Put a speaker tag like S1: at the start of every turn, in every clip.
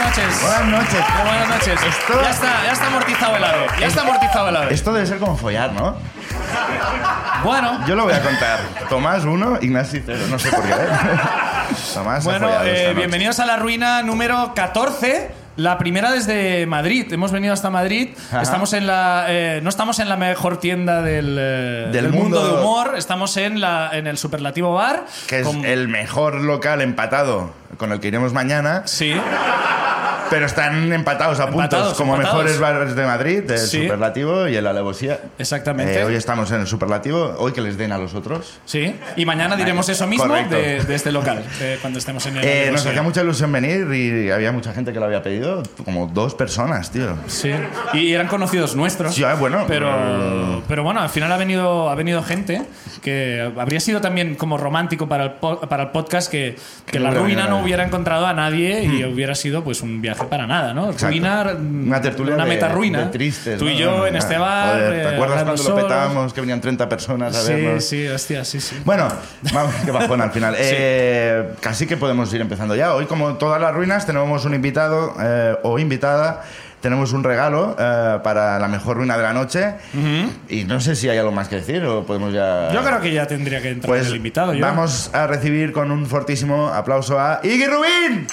S1: buenas noches.
S2: Muy buenas noches.
S1: Esto-
S2: Ya está, ya está amortizado el ave. Ya está amortizado el ave.
S1: Esto debe ser como follar, ¿no?
S2: Bueno,
S1: Yo lo voy a contar. Tomás 1, Ignacio 0. No sé por qué. ¿eh? Tomás ha
S2: bueno
S1: follado esta
S2: eh,
S1: noche.
S2: bienvenidos a la ruina número 14. La primera desde Madrid. Hemos venido hasta Madrid.
S1: Ajá.
S2: Estamos en la, eh, no estamos en la mejor tienda del, eh,
S1: Del
S2: del mundo,
S1: mundo.
S2: de humor. Estamos en, la, en el Superlativo Bar.
S1: Que es
S2: con-
S1: el mejor local empatado con el que iremos mañana,
S2: Sí.
S1: pero están empatados a puntos
S2: Empatados,
S1: como
S2: empatados.
S1: mejores bares de Madrid, el
S2: Sí.
S1: Superlativo y el Alevosía.
S2: Exactamente.
S1: Eh, hoy estamos en el Superlativo, hoy que les den a los otros.
S2: Sí, y mañana diremos eso mismo
S1: Correcto.
S2: de, de este local, eh, cuando estemos en el...
S1: Eh, nos
S2: museo.
S1: hacía mucha ilusión venir y había mucha gente que lo había pedido, como dos personas, tío.
S2: Sí, y eran conocidos nuestros.
S1: Sí, ah, bueno. eh.
S2: Pero, pero bueno, al final ha venido, ha venido gente que habría sido también como romántico para el, po- para el podcast que, que la
S1: no hubiera
S2: ruina
S1: venido
S2: no
S1: nadie.
S2: hubiera encontrado a nadie y hubiera sido pues un viaje para nada, ¿no?
S1: Hmm. Exacto.
S2: Ruina,
S1: Una tertulia
S2: una
S1: de-
S2: meta ruina.
S1: de tristes.
S2: Tú y
S1: ¿no?
S2: yo en
S1: Ah,
S2: este bar.
S1: joder, ¿Te
S2: eh,
S1: acuerdas
S2: hablando
S1: cuando lo
S2: solos.
S1: petábamos, que venían 30 personas a
S2: Sí,
S1: vernos?
S2: sí, hostia, sí, sí.
S1: Bueno, vamos, qué bajón al final. Eh, casi que podemos ir empezando ya. Hoy, como todas las ruinas, tenemos un invitado eh, o invitada. Tenemos un regalo eh, para la mejor ruina de la noche. Y no sé si hay algo más que decir o podemos ya...
S2: Yo creo que ya tendría que entrar
S1: pues
S2: el invitado. yo.
S1: vamos a recibir con un fortísimo aplauso a Iggy Rubín.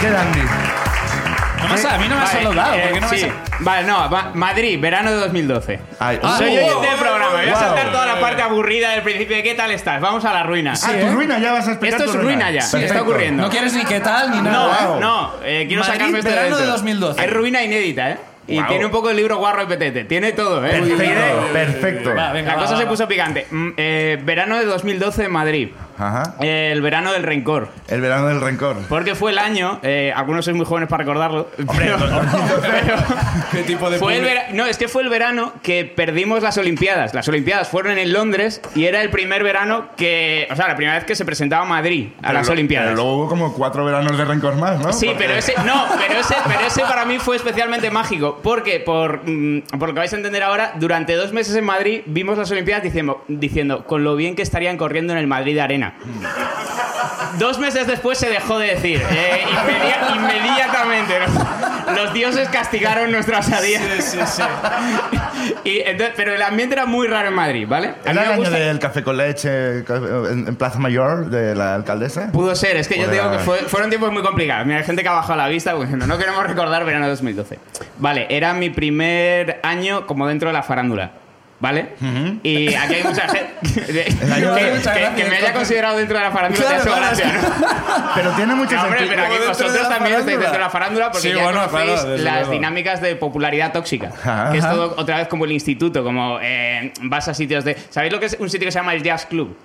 S3: ¿Qué dandy?
S2: No me has- a mí no me has
S4: Vale,
S2: saludado.
S4: eh,
S2: ¿por qué no me has-
S4: sí. Vale, no, va- Madrid, verano de 2012.
S1: Ay, oh.
S2: Ah,
S4: Soy
S2: wow.
S4: oyente del este programa, me voy a
S1: Wow.
S4: saltar toda la parte aburrida del principio de qué tal estás. Vamos a la ruina.
S1: Ah, tu
S2: ¿eh?
S1: ruina ya vas a explicar
S4: Esto
S1: tu
S4: es ruina ya, está
S1: Perfecto.
S4: ocurriendo.
S2: No quieres ni qué tal ni
S4: no,
S2: nada.
S1: wow.
S4: no, eh, quiero
S2: Madrid,
S4: sacarme esto
S2: verano de
S4: dentro.
S2: 2012.
S4: Es ruina inédita, ¿eh? Y
S1: Wow.
S4: tiene un poco el libro guarro de Petete, tiene todo, ¿eh?
S1: Perfecto,
S4: Tiene-
S1: perfecto.
S2: Va, venga,
S4: La
S2: va,
S4: cosa
S2: va,
S4: se
S2: va.
S4: puso picante. Mm, eh, verano de 2012 en Madrid.
S1: Ajá.
S4: Eh, El verano del rencor.
S1: El verano del rencor.
S4: Porque fue el año, eh, algunos sois muy jóvenes para recordarlo, pero, pero-
S2: ¿Qué tipo de
S4: fue el
S2: público?
S4: vera- no, es que fue el verano que perdimos las Olimpiadas. Las Olimpiadas fueron en Londres y era el primer verano que, o sea, la primera vez que se presentaba Madrid a las
S1: Pero-
S4: Olimpiadas.
S1: Pero luego hubo como cuatro veranos de rencor más, ¿no?
S4: Sí,
S1: Porque-
S4: pero ese, no, pero ese, pero ese para mí fue especialmente mágico, porque por, mm, por lo que vais a entender ahora, durante dos meses en Madrid vimos las Olimpiadas diciendo, diciendo con lo bien que estarían corriendo en el Madrid de Arena.
S1: Mm.
S4: Dos meses después se dejó de decir, eh, inmedia- inmediatamente. ¿no? Los dioses castigaron nuestra osadía.
S2: Sí, sí, sí.
S4: Y entonces- pero el ambiente era muy raro en Madrid, ¿vale? A mí
S1: ¿Era
S4: me
S1: el año
S4: gusta-
S1: del café con leche ca- en, en Plaza Mayor de la alcaldesa?
S4: Pudo ser, es que yo te digo que
S1: Joder.
S4: fue- fueron tiempos muy complicados. Mira, hay gente que ha bajado la vista pues, diciendo, no queremos recordar verano de 2012. Vale, era mi primer año como dentro de la farándula. ¿Vale? Y aquí hay mucha gente que,
S1: año de-
S4: que-
S2: muchas
S4: que- que
S2: gracias.
S4: me haya considerado dentro de la farándula
S2: Claro,
S4: te ha hecho
S2: claro,
S4: gracia, ¿no?
S1: Pero tiene mucho
S4: No, hombre,
S1: sentido.
S4: pero aquí
S2: Como dentro de
S4: vosotros
S2: la
S4: también estáis
S2: farándula.
S4: dentro de la farándula porque
S2: Sí,
S4: ya
S2: bueno,
S4: conocéis
S2: claro, desde
S4: las
S2: luego.
S4: dinámicas de popularidad tóxica.
S1: Ajá.
S4: que es todo otra vez como el instituto, como eh, vas a sitios de. ¿Sabéis lo que es un sitio que se llama el Jazz Club?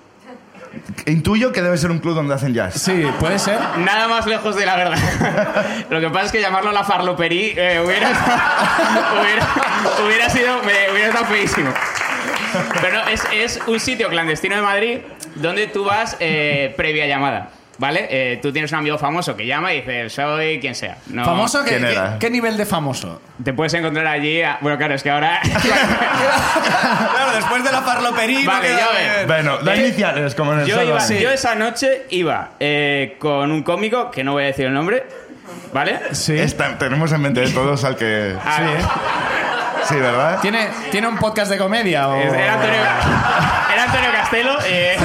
S1: Intuyo que debe ser un club donde hacen jazz.
S2: Sí, puede ser.
S4: Nada más lejos de la verdad. Lo que pasa es que llamarlo la farloperí eh, hubiera, hubiera, hubiera sido me- hubiera estado feísimo. Pero no, es, es un sitio clandestino de Madrid donde tú vas eh, previa llamada. ¿Vale? Eh, tú tienes un amigo famoso que llama y dice, soy quien sea. No-
S2: ¿Famoso? ¿Qué,
S1: ¿Quién
S2: qué-
S1: era?
S2: qué nivel de famoso?
S4: Te puedes encontrar allí. a- Bueno, claro, es que ahora.
S2: claro, después de la farloperina.
S4: Vale, queda ya bien. ve.
S1: Bueno, da
S4: Eh,
S1: iniciales, como en el
S4: yo,
S1: solo.
S4: iba- yo esa noche iba eh, con un cómico, que no voy a decir el nombre, ¿vale?
S2: Sí.
S1: Esta- tenemos en mente de todos al que...
S4: A-
S1: Sí, ¿verdad?
S2: ¿Tiene, ¿Tiene un podcast de comedia? O...
S4: Es- Era Antonio, era Antonio Castelo. eh,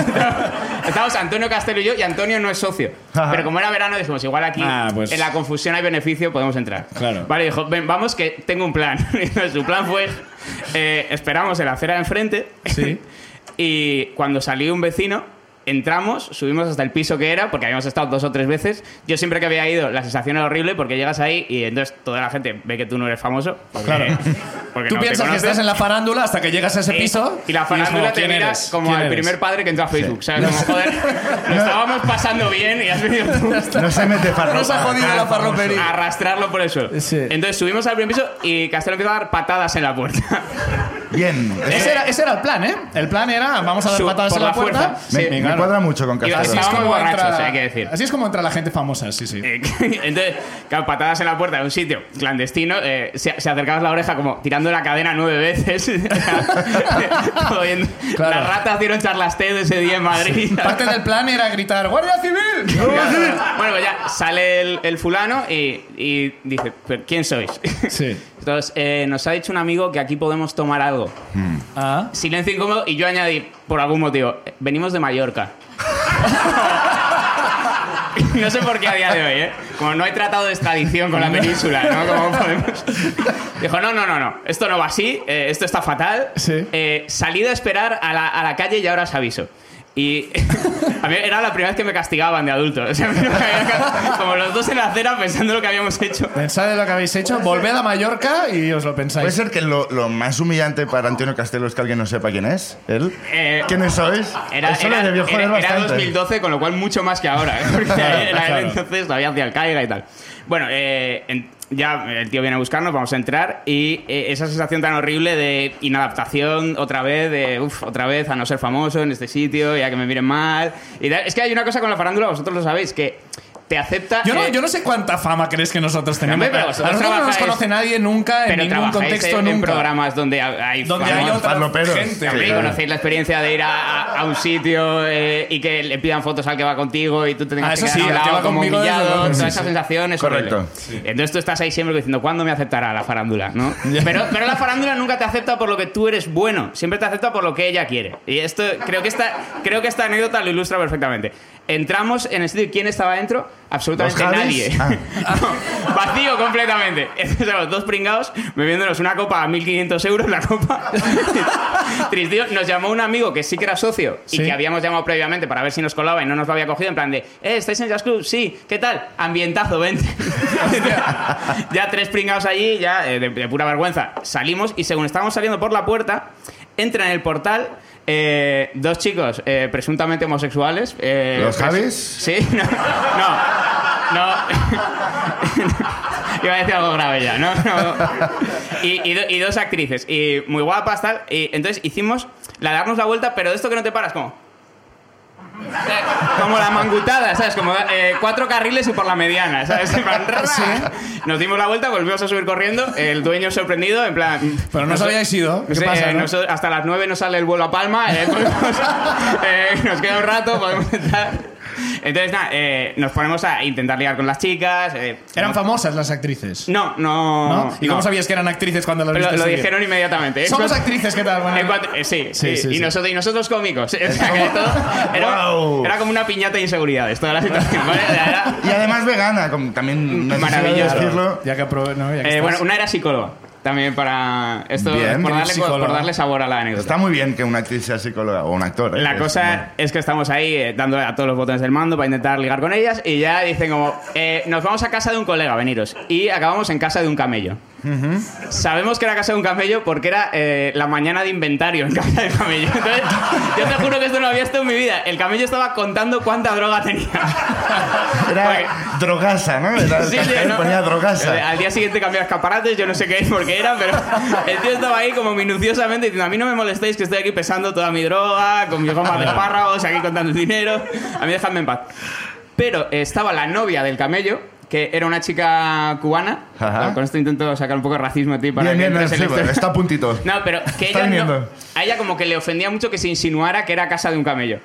S4: estábamos Antonio Castelo y yo, y Antonio no es socio.
S1: Ajá.
S4: Pero como era verano, dijimos, igual aquí,
S2: Ah, pues-
S4: en la confusión hay beneficio, podemos entrar.
S2: Claro.
S4: Vale, dijo, ven, vamos que tengo un plan. Entonces, Su plan fue, eh, esperamos en la acera de enfrente.
S2: Sí.
S4: y cuando salió un vecino, entramos, subimos hasta el piso que era, porque habíamos estado dos o tres veces. Yo siempre que había ido, la sensación era horrible, porque llegas ahí y entonces toda la gente ve que tú no eres famoso. porque- porque
S2: Tú
S4: no te
S2: piensas que
S4: conocen.
S2: estás en la farándula hasta que llegas a ese
S4: Eh,
S2: este piso.
S4: Y la
S2: es
S4: farándula te
S2: ¿quién
S4: mira
S2: eres?
S4: como
S2: ¿Quién
S4: al
S2: eres?
S4: primer padre que entra a Facebook. ¿Sabes? Como, joder, lo estábamos pasando bien y has venido tú
S1: No se mete farlopa.
S2: Nos ha
S4: Ah,
S2: jodido la farlopería.
S4: a arrastrarlo por el suelo.
S2: Sí.
S4: Entonces subimos al primer piso y Castelo empieza a dar patadas en la puerta.
S1: Bien.
S2: Ese era, ese era el plan, ¿eh? El plan era, vamos a dar
S4: Ah, Su-
S2: patadas
S4: por
S2: en la,
S4: la fuerza.
S2: puerta.
S4: Me-
S1: me cuadra mucho con
S2: Y
S1: Casado.
S2: Así es,
S4: Estaban
S2: como
S4: muy borrachos,
S2: entra,
S4: hay que decir.
S2: así es como entra la gente famosa, sí, sí.
S4: Eh, Entonces, claro, patadas en la puerta de un sitio clandestino, eh, se, se acercabas la oreja como tirando la cadena nueve veces. Todo bien.
S2: Claro.
S4: Las ratas dieron charlas TED ese día en Madrid.
S2: Parte del plan era gritar ¡Guardia Civil!
S4: bueno, pues ya sale el, el fulano y, y dice, "¿Pero ¿quién sois?
S2: Sí.
S4: Entonces, eh, nos ha dicho un amigo que aquí podemos tomar algo.
S2: Ah.
S4: Silencio incómodo y yo añadí, por algún motivo, eh, venimos de Mallorca. no sé por qué a día de hoy, ¿eh? Como no he tratado de extradición con la península, ¿no? Como podemos... Dijo, no, no, no, no, esto no va así, eh, esto está fatal.
S2: Sí.
S4: Eh, salid a esperar a la, a la calle y ahora os aviso. Y a mí era la primera vez que me castigaban de adulto. O sea, a mí no me había- como los dos en la acera pensando lo que habíamos hecho.
S2: Pensad en lo que habéis hecho, volved a Mallorca y os lo
S1: ¿Puede
S2: pensáis.
S1: ser que lo, lo más humillante para Antonio Castelo es que alguien no sepa quién es? ¿Él?
S4: Eh,
S1: ¿Quiénes sois?
S4: Era,
S1: Eso
S4: era-
S1: le debió joder
S4: era- era
S1: bastante.
S4: 2012, con lo cual mucho más que ahora. ¿eh? Porque era-
S2: claro.
S4: entonces todavía hacía el caiga y tal. Bueno, eh, en- ya el tío viene a buscarnos, vamos a entrar y eh, esa sensación tan horrible de inadaptación otra vez, de uff, otra vez a no ser famoso en este sitio y a que me miren mal. y tal. Es que hay una cosa con la farándula, vosotros lo sabéis, que te acepta...
S2: Yo no,
S4: eh,
S2: yo no sé cuánta fama crees que nosotros tenemos.
S4: Hombre, pero
S2: a
S4: vosotros
S2: nosotros no nos
S4: trabajáis-
S2: conoce nadie nunca, en
S4: pero
S2: ningún
S4: trabajáis
S2: contexto,
S4: en, en
S2: nunca.
S4: programas donde ha- hay
S2: donde hay
S4: famosos.
S2: otra
S1: farloperos.
S2: gente.
S1: Sí,
S4: También
S1: claro.
S4: conocéis la experiencia de ir a, a- a un sitio eh, y que le pidan fotos al que va contigo y tú te tengas
S2: Ah, eso
S4: que
S2: sí,
S4: quedar al
S2: el que
S4: lado
S2: va
S4: como
S2: conmigo,
S4: humillado,
S2: desde luego,
S4: toda
S2: sí,
S4: esa
S2: sí.
S4: sensación es
S1: Correcto.
S4: horrible. Entonces tú estás ahí siempre diciendo, ¿cuándo me aceptará la farándula? ¿no? pero, pero la farándula nunca te acepta por lo que tú eres bueno, siempre te acepta por lo que ella quiere. Y esto, creo que esta, creo que esta anécdota lo ilustra perfectamente. Entramos en el sitio y ¿quién estaba dentro? Absolutamente
S1: ¿Los
S4: nadie.
S1: Javis? Ah.
S4: No, vacío completamente. Entonces, los dos pringados bebiéndonos una copa a 1500 euros la copa. Tristío, nos llamó un amigo que sí que era socio y
S2: Sí.
S4: que habíamos llamado previamente para ver si nos colaba y no nos lo había cogido. En plan de, ¿eh? ¿Estáis en Jazz Club? Sí, ¿qué tal? Ambientazo, vente. ya tres pringados allí, ya eh, de, de pura vergüenza. Salimos y según estábamos saliendo por la puerta, entra en el portal. eh, dos chicos eh, presuntamente homosexuales. eh,
S1: ¿Los
S4: presu-
S1: Javis?
S4: Sí, no. No. no. Iba a decir algo grave ya, ¿no? no. Y, y do- y dos actrices. Y muy guapas, tal. Y entonces hicimos la darnos la vuelta, pero de esto que no te paras, como. Como la mangutada, ¿sabes? Como eh, cuatro carriles y por la mediana, ¿sabes? En plan, ra. Nos dimos la vuelta, volvimos a subir corriendo. El dueño sorprendido, en plan.
S2: Pero no os
S4: nos-
S2: habíais ido. ¿Qué
S4: Sí,
S2: pasa,
S4: eh,
S2: no?
S4: nosotros- hasta las 9 nos sale el vuelo a Palma, eh, podemos- eh, nos queda un rato, podemos entrar. Entonces, nada, eh, nos ponemos a intentar ligar con las chicas. eh,
S2: Eran
S4: no-
S2: famosas las actrices.
S4: No, no.
S2: ¿no? ¿Y
S4: no.
S2: cómo sabías que eran actrices cuando las
S4: Pero
S2: viste
S4: lo,
S2: subir?
S4: dijeron inmediatamente. ¿eh?
S2: Somos
S4: Cuando-
S2: actrices, ¿qué tal? Bueno,
S4: en cuanto- eh, sí,
S2: Sí,
S4: sí,
S2: sí,
S4: y,
S2: sí.
S4: Nosotros, y nosotros cómicos. ¿eh? O sea, que todo- era,
S1: Guau.
S4: era como una piñata de inseguridades, toda la situación. ¿vale? Era-
S1: Y además vegana, como también necesidad de
S4: Maravilloso.
S1: decirlo.
S2: ya que aprobé, ¿no? Ya que
S4: eh,
S2: estás-
S4: bueno, una era psicóloga. También para. Esto
S1: Bien.
S4: por darle,
S2: Psicóloga.
S4: por darle sabor a la anécdota.
S1: Está muy bien que una actriz sea psicóloga o un actor. ¿eh?
S4: La
S1: Es
S4: cosa es que estamos ahí eh, dándole a todos los botones del mando para intentar ligar con ellas y ya dicen como, eh, nos vamos a casa de un colega, veniros. Y acabamos en casa de un camello. Sabemos que era casa de un camello porque era eh, la mañana de inventario en casa del camello. Entonces, yo te juro que esto no lo había visto en mi vida. El camello estaba contando cuánta droga tenía.
S1: como- Era drogasa, ¿no? Era-
S4: Sí, sí,
S1: también
S4: no.
S1: ponía
S4: Eh,
S1: drogasa.
S4: Al día siguiente cambiaba escaparates, yo no sé qué por qué era, pero el tío estaba ahí como minuciosamente diciendo, a mí no me molestéis que estoy aquí pesando toda mi droga, con mi goma de espárragos, aquí contando el dinero, a mí dejadme en paz. Pero eh, estaba la novia del camello, que era una chica cubana,
S1: Ajá.
S4: con esto intento sacar un poco de racismo a ti para
S1: Bien,
S4: que
S1: bien,
S4: entres en
S1: sí,
S4: esto.
S1: bueno, está a puntito.
S4: No, pero
S1: Está
S4: que ella no-
S1: viniendo.
S4: a ella como que le ofendía mucho que se insinuara que era casa de un camello.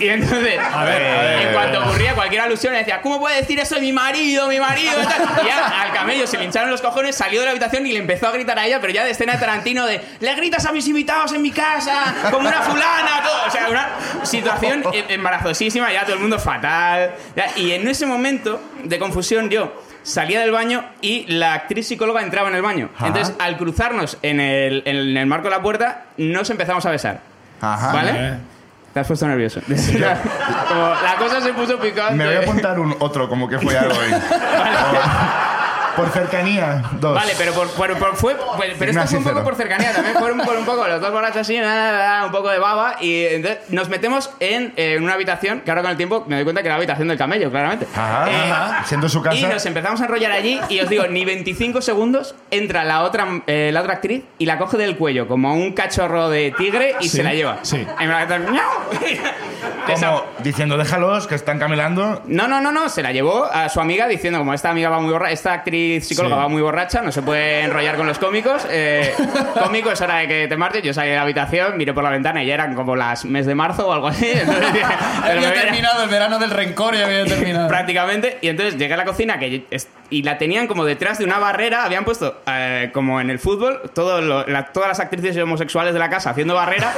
S4: Y entonces, en cuanto ocurría cualquier alusión, le decía, ¿cómo puede decir eso mi marido, mi marido? y tal? Y ya al camello se le hincharon los cojones, salió de la habitación y le empezó a gritar a ella, pero ya de escena de Tarantino de, le gritas a mis invitados en mi casa, como una fulana, todo. O sea, una situación em- embarazosísima, ya todo el mundo fatal. Ya, Y en ese momento de confusión yo salía del baño y la actriz psicóloga entraba en el baño.
S1: Ajá.
S4: Entonces, al cruzarnos en el, en el marco de la puerta, nos empezamos a besar.
S1: Ajá.
S4: ¿Vale?
S2: eh.
S4: Te has puesto nervioso. Como la cosa se puso picante.
S1: Me voy a apuntar un otro, como que fue algo hoy. Por cercanía, dos.
S4: Vale, pero, por, por- por- fue, pues, pero esto
S1: Más
S4: fue un poco
S1: sincero.
S4: por cercanía, también fueron por un poco los dos borrachos así, na, na, na, un poco de baba, y entonces nos metemos en, eh, en una habitación, que ahora con el tiempo me doy cuenta que era la habitación del camello, claramente.
S1: Ajá,
S4: Eh,
S1: siendo su casa.
S4: Y nos empezamos a enrollar allí y os digo, ni 25 segundos entra la otra, eh, la otra actriz y la coge del cuello como a un cachorro de tigre y
S2: Sí,
S4: se la lleva.
S2: sí.
S4: En plan, ¡miau!
S1: Como diciendo, déjalos, que están camelando.
S4: No, no, no, no, se la llevó a su amiga diciendo como esta amiga va muy borracha, esta actriz psicóloga
S2: Sí.
S4: va muy borracha, no se puede enrollar con los cómicos. Eh, cómico es hora de que te marches, yo salí de la habitación, miré por la ventana y ya eran como las mes de marzo o algo así. Entonces, dije, "Pero
S2: Había
S4: mira".
S2: terminado el verano del rencor y había terminado.
S4: prácticamente. Y entonces llegué a la cocina que es- y la tenían como detrás de una barrera. Habían puesto, eh, como en el fútbol, todo lo- la- todas las actrices homosexuales de la casa haciendo barrera.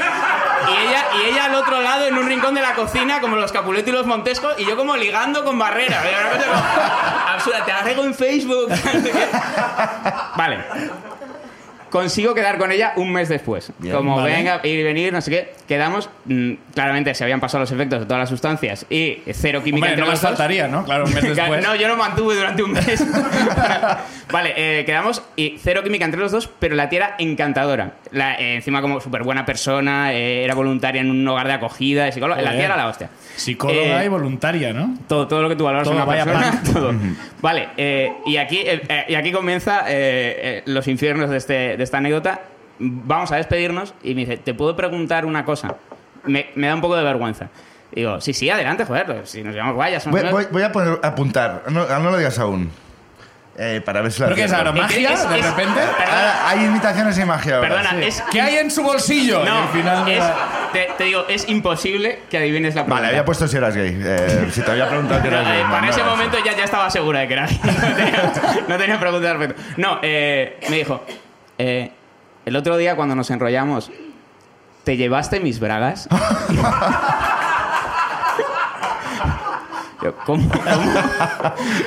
S4: Y ella, y ella al otro lado, en un rincón de la cocina, como los Capuleto y los Montesco, y yo como ligando con barrera. Era una cosa como absurda, te agrego en Facebook. vale. Consigo quedar con ella un mes después.
S1: Bien.
S4: como
S2: Vale.
S4: venga, ir y venir, no sé qué. Quedamos, mm, claramente se habían pasado los efectos de todas las sustancias y cero química
S2: Hombre,
S4: entre
S2: no me
S4: los dos.
S2: faltaría, ¿no? Claro, un mes después.
S4: No, yo lo mantuve durante un mes. vale, eh, quedamos y cero química entre los dos, pero la tía era encantadora. La, eh, encima como súper buena persona, eh, era voluntaria en un hogar de acogida, de psicóloga. La
S2: Joder.
S4: tía era la hostia.
S2: Psicóloga
S4: Eh,
S2: y voluntaria, ¿no?
S4: Todo, todo lo que tú valoras
S2: Todo,
S4: en una
S2: vaya
S4: persona.
S2: pan.
S4: todo. Vale, eh, y, aquí, eh, eh, y aquí comienza eh, eh, los infiernos de, este, de esta anécdota. Vamos a despedirnos y me dice, ¿te puedo preguntar una cosa? Me, me da un poco de vergüenza. Digo, sí, sí, adelante, joder, pues, si nos llamamos guayas. somos
S1: Voy,
S4: unos-
S1: voy- voy a poner, apuntar, no, ah, no lo digas aún. Eh, para ver si la
S2: ¿Pero qué es
S1: acierto.
S2: ahora? ¿Magia?
S4: Es-
S2: ¿De
S4: es-
S2: repente?
S1: Ahora, hay imitaciones y magia ahora.
S4: Perdona,
S1: Sí.
S4: es...
S2: ¿Qué hay en su bolsillo? Y
S4: No,
S2: al final eh, ah. me
S4: es-
S2: da-
S4: te, te digo, es imposible que adivines la pregunta.
S1: Vale, había puesto si eras gay. Eh, si te había preguntado si
S4: No,
S1: eras
S4: eh,
S1: gay. no,
S4: para
S1: no
S4: ese
S1: era eso.
S4: momento ya, ya estaba segura de que era gay. No tenía, no tenía preguntas al respecto. No, eh, me dijo, eh, el otro día cuando nos enrollamos, ¿te llevaste mis bragas? Yo, ¿cómo? ¿Cómo?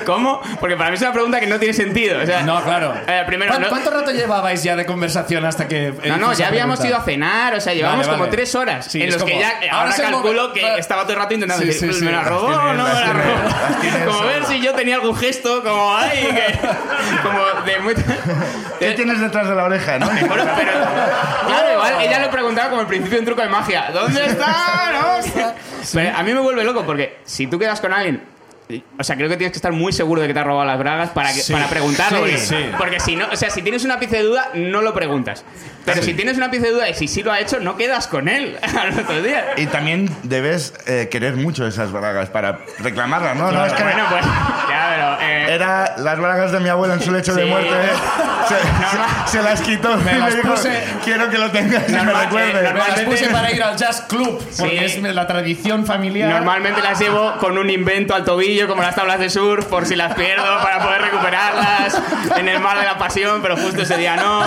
S4: ¿Cómo? Porque para mí es una pregunta que no tiene sentido. o sea,
S2: No, claro.
S4: eh, primero,
S2: ¿Cuán-
S4: no-
S2: ¿Cuánto rato llevabais ya de conversación hasta que.?
S4: No, no, ya habíamos ido a cenar, o sea, llevamos
S2: Vale,
S4: como
S2: vale.
S4: tres horas.
S2: Sí,
S4: en
S2: es
S4: los que
S2: como,
S4: ya,
S2: ahora
S4: ahora
S2: es el
S4: calculo
S2: momento-
S4: que estaba todo el rato intentando
S2: Sí,
S4: decir, "Pues,
S2: sí, sí,
S4: ¿me la
S2: las
S4: robó o
S1: tiene,
S4: no
S1: las
S4: me la
S1: tiene, las tiene
S4: robó? Como
S1: eso.
S4: ver si yo tenía algún gesto, como, ay, que, como de muy...
S1: ¿Qué tienes detrás de la oreja, no?
S4: Bueno, pero, claro, igual ella lo preguntaba como al principio en truco de magia. ¿Dónde está? ¿No? Pero a mí me vuelve loco porque si tú quedas con alguien, o sea, creo que tienes que estar muy seguro de que te ha robado las bragas para, que-
S2: Sí.
S4: para preguntarlo.
S2: Sí,
S4: porque,
S2: sí.
S4: porque si no, o sea, si tienes una ápice de duda, no lo preguntas. Pero si tienes una ápice de duda y si sí lo ha hecho, no quedas con él al otro día.
S1: Y también debes eh, querer mucho esas bragas para reclamarlas, ¿no? No, es que
S4: Bueno, pues, ya, pero. eh,
S1: era las bragas de mi abuela en su lecho de
S4: Sí.
S1: muerte. ¿eh? Se,
S4: Normal.
S1: se- se las quitó y
S2: las
S1: me dijo,
S2: puse.
S1: quiero que lo tengas y me
S4: Normal, eh,
S1: recuerdes.
S4: normal.
S2: Me las puse para ir al jazz club, porque
S4: Sí.
S2: es la tradición familiar.
S4: Normalmente las llevo con un invento al tobillo, como las tablas de surf, por si las pierdo, para poder recuperarlas en el mar de la pasión, pero justo ese día no.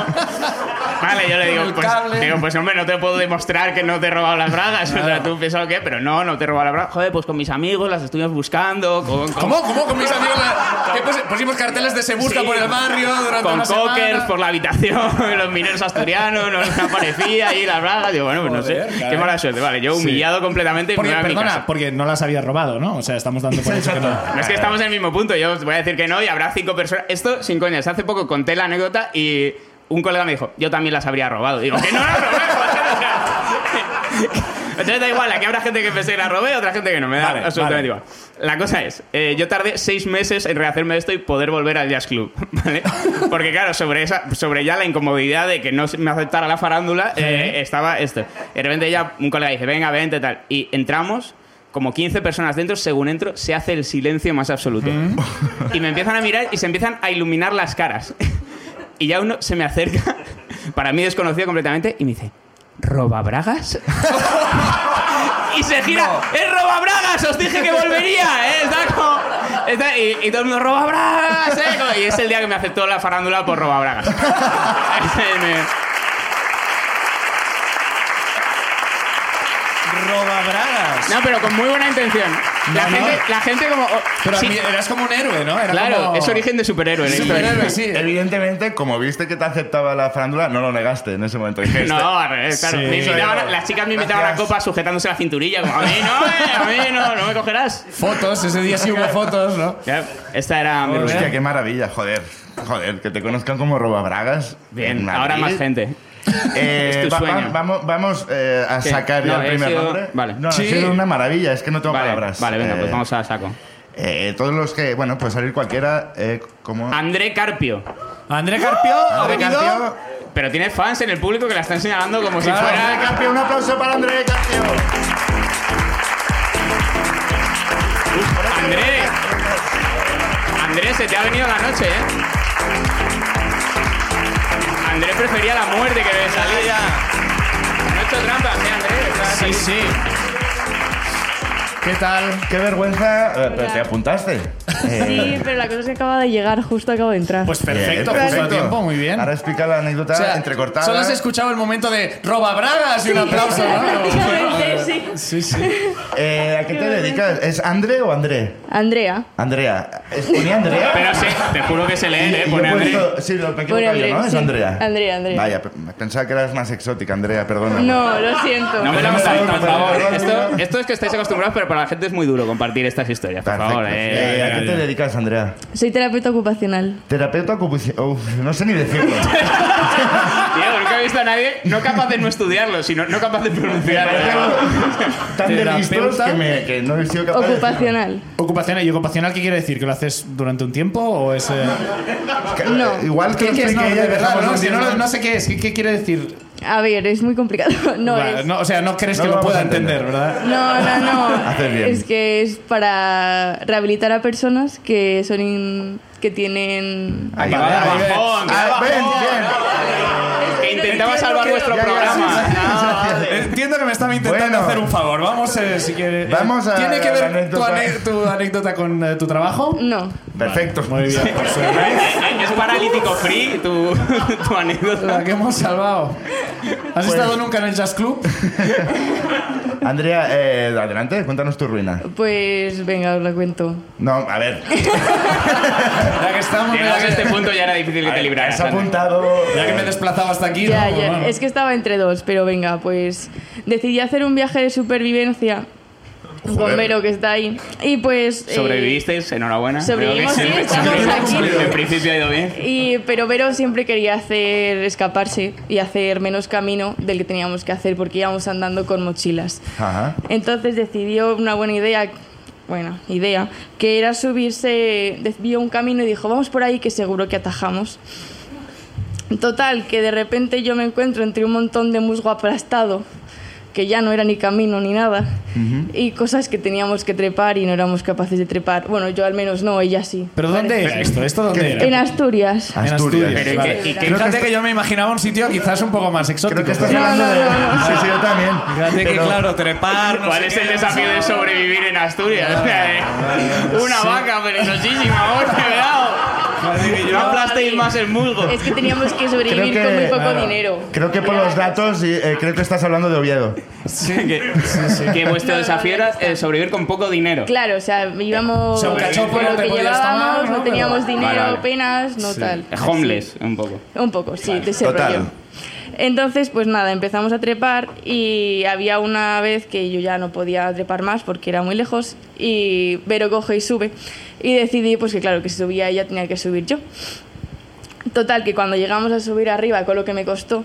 S4: Vale, yo le digo,
S2: El
S4: pues,
S2: cable.
S4: digo, pues hombre, no te puedo demostrar que no te he robado las bragas. O sea, tú piensas que, pero no, no te he robado las bragas. Joder, pues con mis amigos las estuvimos buscando, con, con,
S2: ¿Cómo? ¿Cómo con mis amigos? la- que pus- pusimos carteles de se busca
S4: Sí.
S2: por el barrio durante
S4: con
S2: una semana?
S4: cockers por la habitación, los mineros asturianos, no les aparecía ahí las bragas. Digo, bueno, pues
S2: Joder,
S4: no sé,
S2: caray.
S4: qué mala suerte. Vale, yo humillado completamente y me
S2: Porque,
S4: voy a mi casa.
S2: perdona, porque no las había robado, ¿no? O sea, estamos dando por hecho que no.
S4: No es que estamos en el mismo punto. Yo os voy a decir que no y habrá cinco personas. Esto, sin coñas. Hace poco conté la anécdota y un colega me dijo, yo también las habría robado. Digo, que no las robé. joder". Entonces da igual, aquí habrá gente que pensé que la robé, otra gente que no. Me da
S2: Vale,
S4: absolutamente
S2: vale.
S4: igual. La cosa es, eh, yo tardé seis meses en rehacerme esto y poder volver al jazz club. ¿vale? Porque claro, sobre, esa, sobre ya la incomodidad de que no se- me aceptara la farándula, eh, estaba esto. De repente ya un colega dice, venga, vente, tal. Y entramos, como 15 personas dentro, según entro, se hace el silencio más absoluto. Y me empiezan a mirar y se empiezan a iluminar las caras. Y ya uno se me acerca, para mí desconocido completamente, y me dice, ¿roba bragas? y se gira, ¡es roba bragas! Os dije que volvería, ¿eh? Está como- está- y, y todo el mundo, ¡roba bragas! ¿eh? Como- Y es el día que me aceptó la farándula por roba bragas. Ese me-
S2: Roba bragas. ¡Gracias!
S4: No, pero con muy buena intención. La,
S2: No, no.
S4: gente, la gente como... oh,
S2: Pero
S4: sí,
S2: a mí eras como un héroe, ¿no? Era
S4: claro,
S2: como-
S4: es origen de superhéroe. la historia.
S2: Superhéroe, sí.
S1: Evidentemente, como viste que te aceptaba la farándula, no lo negaste en ese momento. Dijiste,
S4: No, al revés, claro.
S2: Sí.
S4: Me invitaban a- las chicas me invitaban a la
S1: Gracias.
S4: copa sujetándose la cinturilla. Como, a mí no, eh, a mí no, no me cogerás.
S2: Fotos, ese día sí hubo fotos, ¿no?
S4: Ya, Esta era mi
S1: Hostia,
S4: rutina.
S1: qué maravilla, joder. Joder, que te conozcan como robabragas.
S4: Bien,
S1: en
S4: ahora
S1: Madrid.
S4: más gente.
S1: Eh,
S4: Es tu
S1: va- va-
S4: sueño.
S1: vamos vamos eh, a
S4: ¿Qué?
S1: sacar
S4: No,
S1: ya
S4: he
S1: el primer
S4: sido-
S1: nombre.
S4: vale.
S1: No,
S2: Sí.
S1: ha sido una maravilla, es que no tengo
S4: Vale,
S1: palabras.
S4: vale,
S1: Eh,
S4: venga, pues vamos a saco.
S1: eh, todos los que, bueno, pues salir cualquiera, eh, como...
S4: André Carpio.
S2: André Carpio ha
S1: André
S2: venido.
S1: Carpio.
S4: Pero tiene fans en el público que la están señalando como si
S2: Claro.
S1: André
S4: fuera...
S1: Carpio, un aplauso para André Carpio.
S4: André. André, se te ha venido la noche, ¿eh? André prefería la muerte que de salir. No he hecho trampas, ¿eh, André? Estás
S2: Sí,
S4: ahí.
S2: sí. ¿Qué tal?
S1: Qué vergüenza, eh, pero
S5: Hola.
S1: te apuntaste.
S5: Sí,
S1: Eh,
S5: pero la cosa es que acaba de llegar, justo acabo de entrar.
S2: Pues perfecto,
S1: bien,
S2: justo a tiempo, muy bien.
S1: Ahora explica la anécdota
S2: O sea,
S1: entrecortada.
S2: Solo has escuchado el momento de roba bragas y un aplauso,
S5: prácticamente,
S2: ¿no?
S5: sí.
S2: Sí, sí.
S1: Eh, ¿A qué te dedicas? ¿Es André o André?
S5: Andrea.
S1: Andrea. ¿Es- ¿Ponía Andrea?
S4: Pero sí, te juro que se lee, ¿eh?
S1: Y- y
S4: Pone
S1: he
S4: André.
S1: puesto- sí, lo pequeño
S5: Pone André,
S1: ¿no? Es
S5: sí.
S1: Andrea.
S5: Andrea, Andrea.
S1: Vaya, pe- pensaba que eras más exótica, Andrea, perdona.
S5: No, lo siento.
S4: No me lo
S1: Perdón,
S4: hagáis, por
S1: perdón,
S4: favor.
S1: perdón,
S4: Esto,
S1: perdón.
S4: esto es que estáis acostumbrados, pero para la gente es muy duro compartir estas historias. Por
S1: Perfecto.
S4: favor, eh.
S1: Eh, ¿A qué te dedicas, Andrea?
S5: Soy terapeuta ocupacional.
S1: Terapeuta ocupacional. Uf, no sé ni decirlo.
S4: Tío, nunca he visto a nadie no capaz de no estudiarlo, sino no capaz de pronunciarlo.
S1: Tan de
S2: Terapeuta.
S1: listos que, me- que no he sido capaz de decirlo.
S5: Ocupacional.
S2: Ocupacional, ¿y ocupacional qué quiere decir? ¿Que lo haces durante un tiempo o es.? eh,
S1: Que-
S5: No.
S1: Igual que
S2: ¿Qué,
S1: lo
S2: qué es? No,
S1: explique
S2: de
S1: ella,
S2: verdad,
S1: dejamos
S2: no,
S1: un
S2: si no,
S1: silencio.
S2: no sé qué es. ¿Qué, qué quiere decir?
S5: A ver, es muy complicado.
S2: Va,
S5: No es.
S2: no, o sea, no crees
S1: No
S2: que
S1: lo
S2: lo
S1: vamos
S2: pueda
S1: a entender.
S2: entender, ¿verdad?
S5: No, no, no.
S1: Haces bien.
S5: Es que es para rehabilitar a personas que son in- que tienen
S1: Ahí
S2: Ah,
S4: Que va de bajón, que va de
S1: Ah, ven,
S4: bajón.
S1: ven.
S4: Que intentaba salvar vuestro
S1: Ya, ya,
S4: programa.
S1: sí, sí, sí,
S4: No,
S1: sí.
S4: vale.
S2: Entiendo que me estaba intentando
S1: Bueno.
S2: hacer un favor. Vamos, eh, si quieres.
S1: Vamos a
S2: ¿Tiene que
S1: la
S2: ver
S1: anécdota.
S2: Tu, ane- tu anécdota con eh, tu trabajo?
S5: No.
S1: Perfecto.
S2: Muy bien, por suerte.
S4: Es paralítico free tu, tu anécdota.
S2: La que hemos salvado. ¿Has estado nunca en el jazz club?
S1: Andrea, eh, adelante, cuéntanos tu ruina.
S5: Pues venga, os lo cuento.
S1: No, a ver.
S2: Ya que estamos.
S4: Llegados a
S2: Ya
S4: este
S2: que,
S4: punto ya era difícil que te libraras.
S1: Has apuntado.
S2: ya que me desplazaba hasta aquí.
S5: Ya,
S2: ¿no?
S5: ya.
S2: Bueno.
S5: Es que estaba entre dos, pero venga, pues decidí hacer un viaje de supervivencia. Un
S1: Joder.
S5: bombero que está ahí. Y pues. eh,
S4: Sobrevivisteis, enhorabuena.
S5: Sobrevivimos,
S4: Creo que
S5: sí,
S4: en-
S5: estamos
S4: en-
S5: aquí.
S4: En principio ha ido bien.
S5: Y, pero Vero siempre quería hacer escaparse y hacer menos camino del que teníamos que hacer porque íbamos andando con mochilas.
S1: Ajá.
S5: Entonces decidió una buena idea, buena idea, que era subirse, desvió un camino y dijo, vamos por ahí que seguro que atajamos. Total, que de repente yo me encuentro entre un montón de musgo aplastado, que ya no era ni camino ni nada, y cosas que teníamos que trepar y no éramos capaces de trepar. Bueno, yo al menos no, ella sí.
S2: ¿Pero dónde Ah, era esto? ¿Esto dónde era?
S5: En Asturias.
S2: En
S1: Asturias.
S4: Pero ¿y
S2: vale.
S4: qué- y qué-
S2: Fíjate
S1: creo que
S2: que yo me imaginaba un sitio quizás un poco más exótico.
S1: Creo que estás
S5: No, no,
S1: hablando de.
S5: no, no.
S1: Sí, sí, yo también.
S2: Fíjate que,
S1: Pero-
S2: claro, trepar. no
S4: ¿Cuál
S2: sé
S4: es
S2: qué,
S4: el
S2: no sé
S4: desafío de sobrevivir en Asturias?
S5: Ah,
S4: O sea, eh, Una vaca peligrosísima, ahora cuidado. No aplastéis más el musgo.
S5: Es que teníamos que sobrevivir
S1: Creo
S5: con muy
S1: que,
S5: poco
S1: claro.
S5: dinero.
S1: creo que por los datos y, eh, creo que estás hablando de Oviedo.
S4: Que, que vuestro desafío era eh, sobrevivir con poco dinero.
S5: Claro, o sea, íbamos
S2: sea, un
S5: con
S2: cachopo no
S5: lo
S2: te
S5: que
S2: podías
S5: llevábamos,
S2: tomar, ¿no?
S5: no teníamos
S2: Pero-
S5: dinero
S4: Vale, vale.
S5: apenas, no tal.
S4: Homeless, un poco.
S5: Un poco, sí, de ese
S1: Total.
S5: rollo. Entonces, pues nada, empezamos a trepar y había una vez que yo ya no podía trepar más porque era muy lejos y Vero coge y sube y decidí pues que claro, que si subía ella tenía que subir yo. Total, que cuando llegamos a subir arriba con lo que me costó,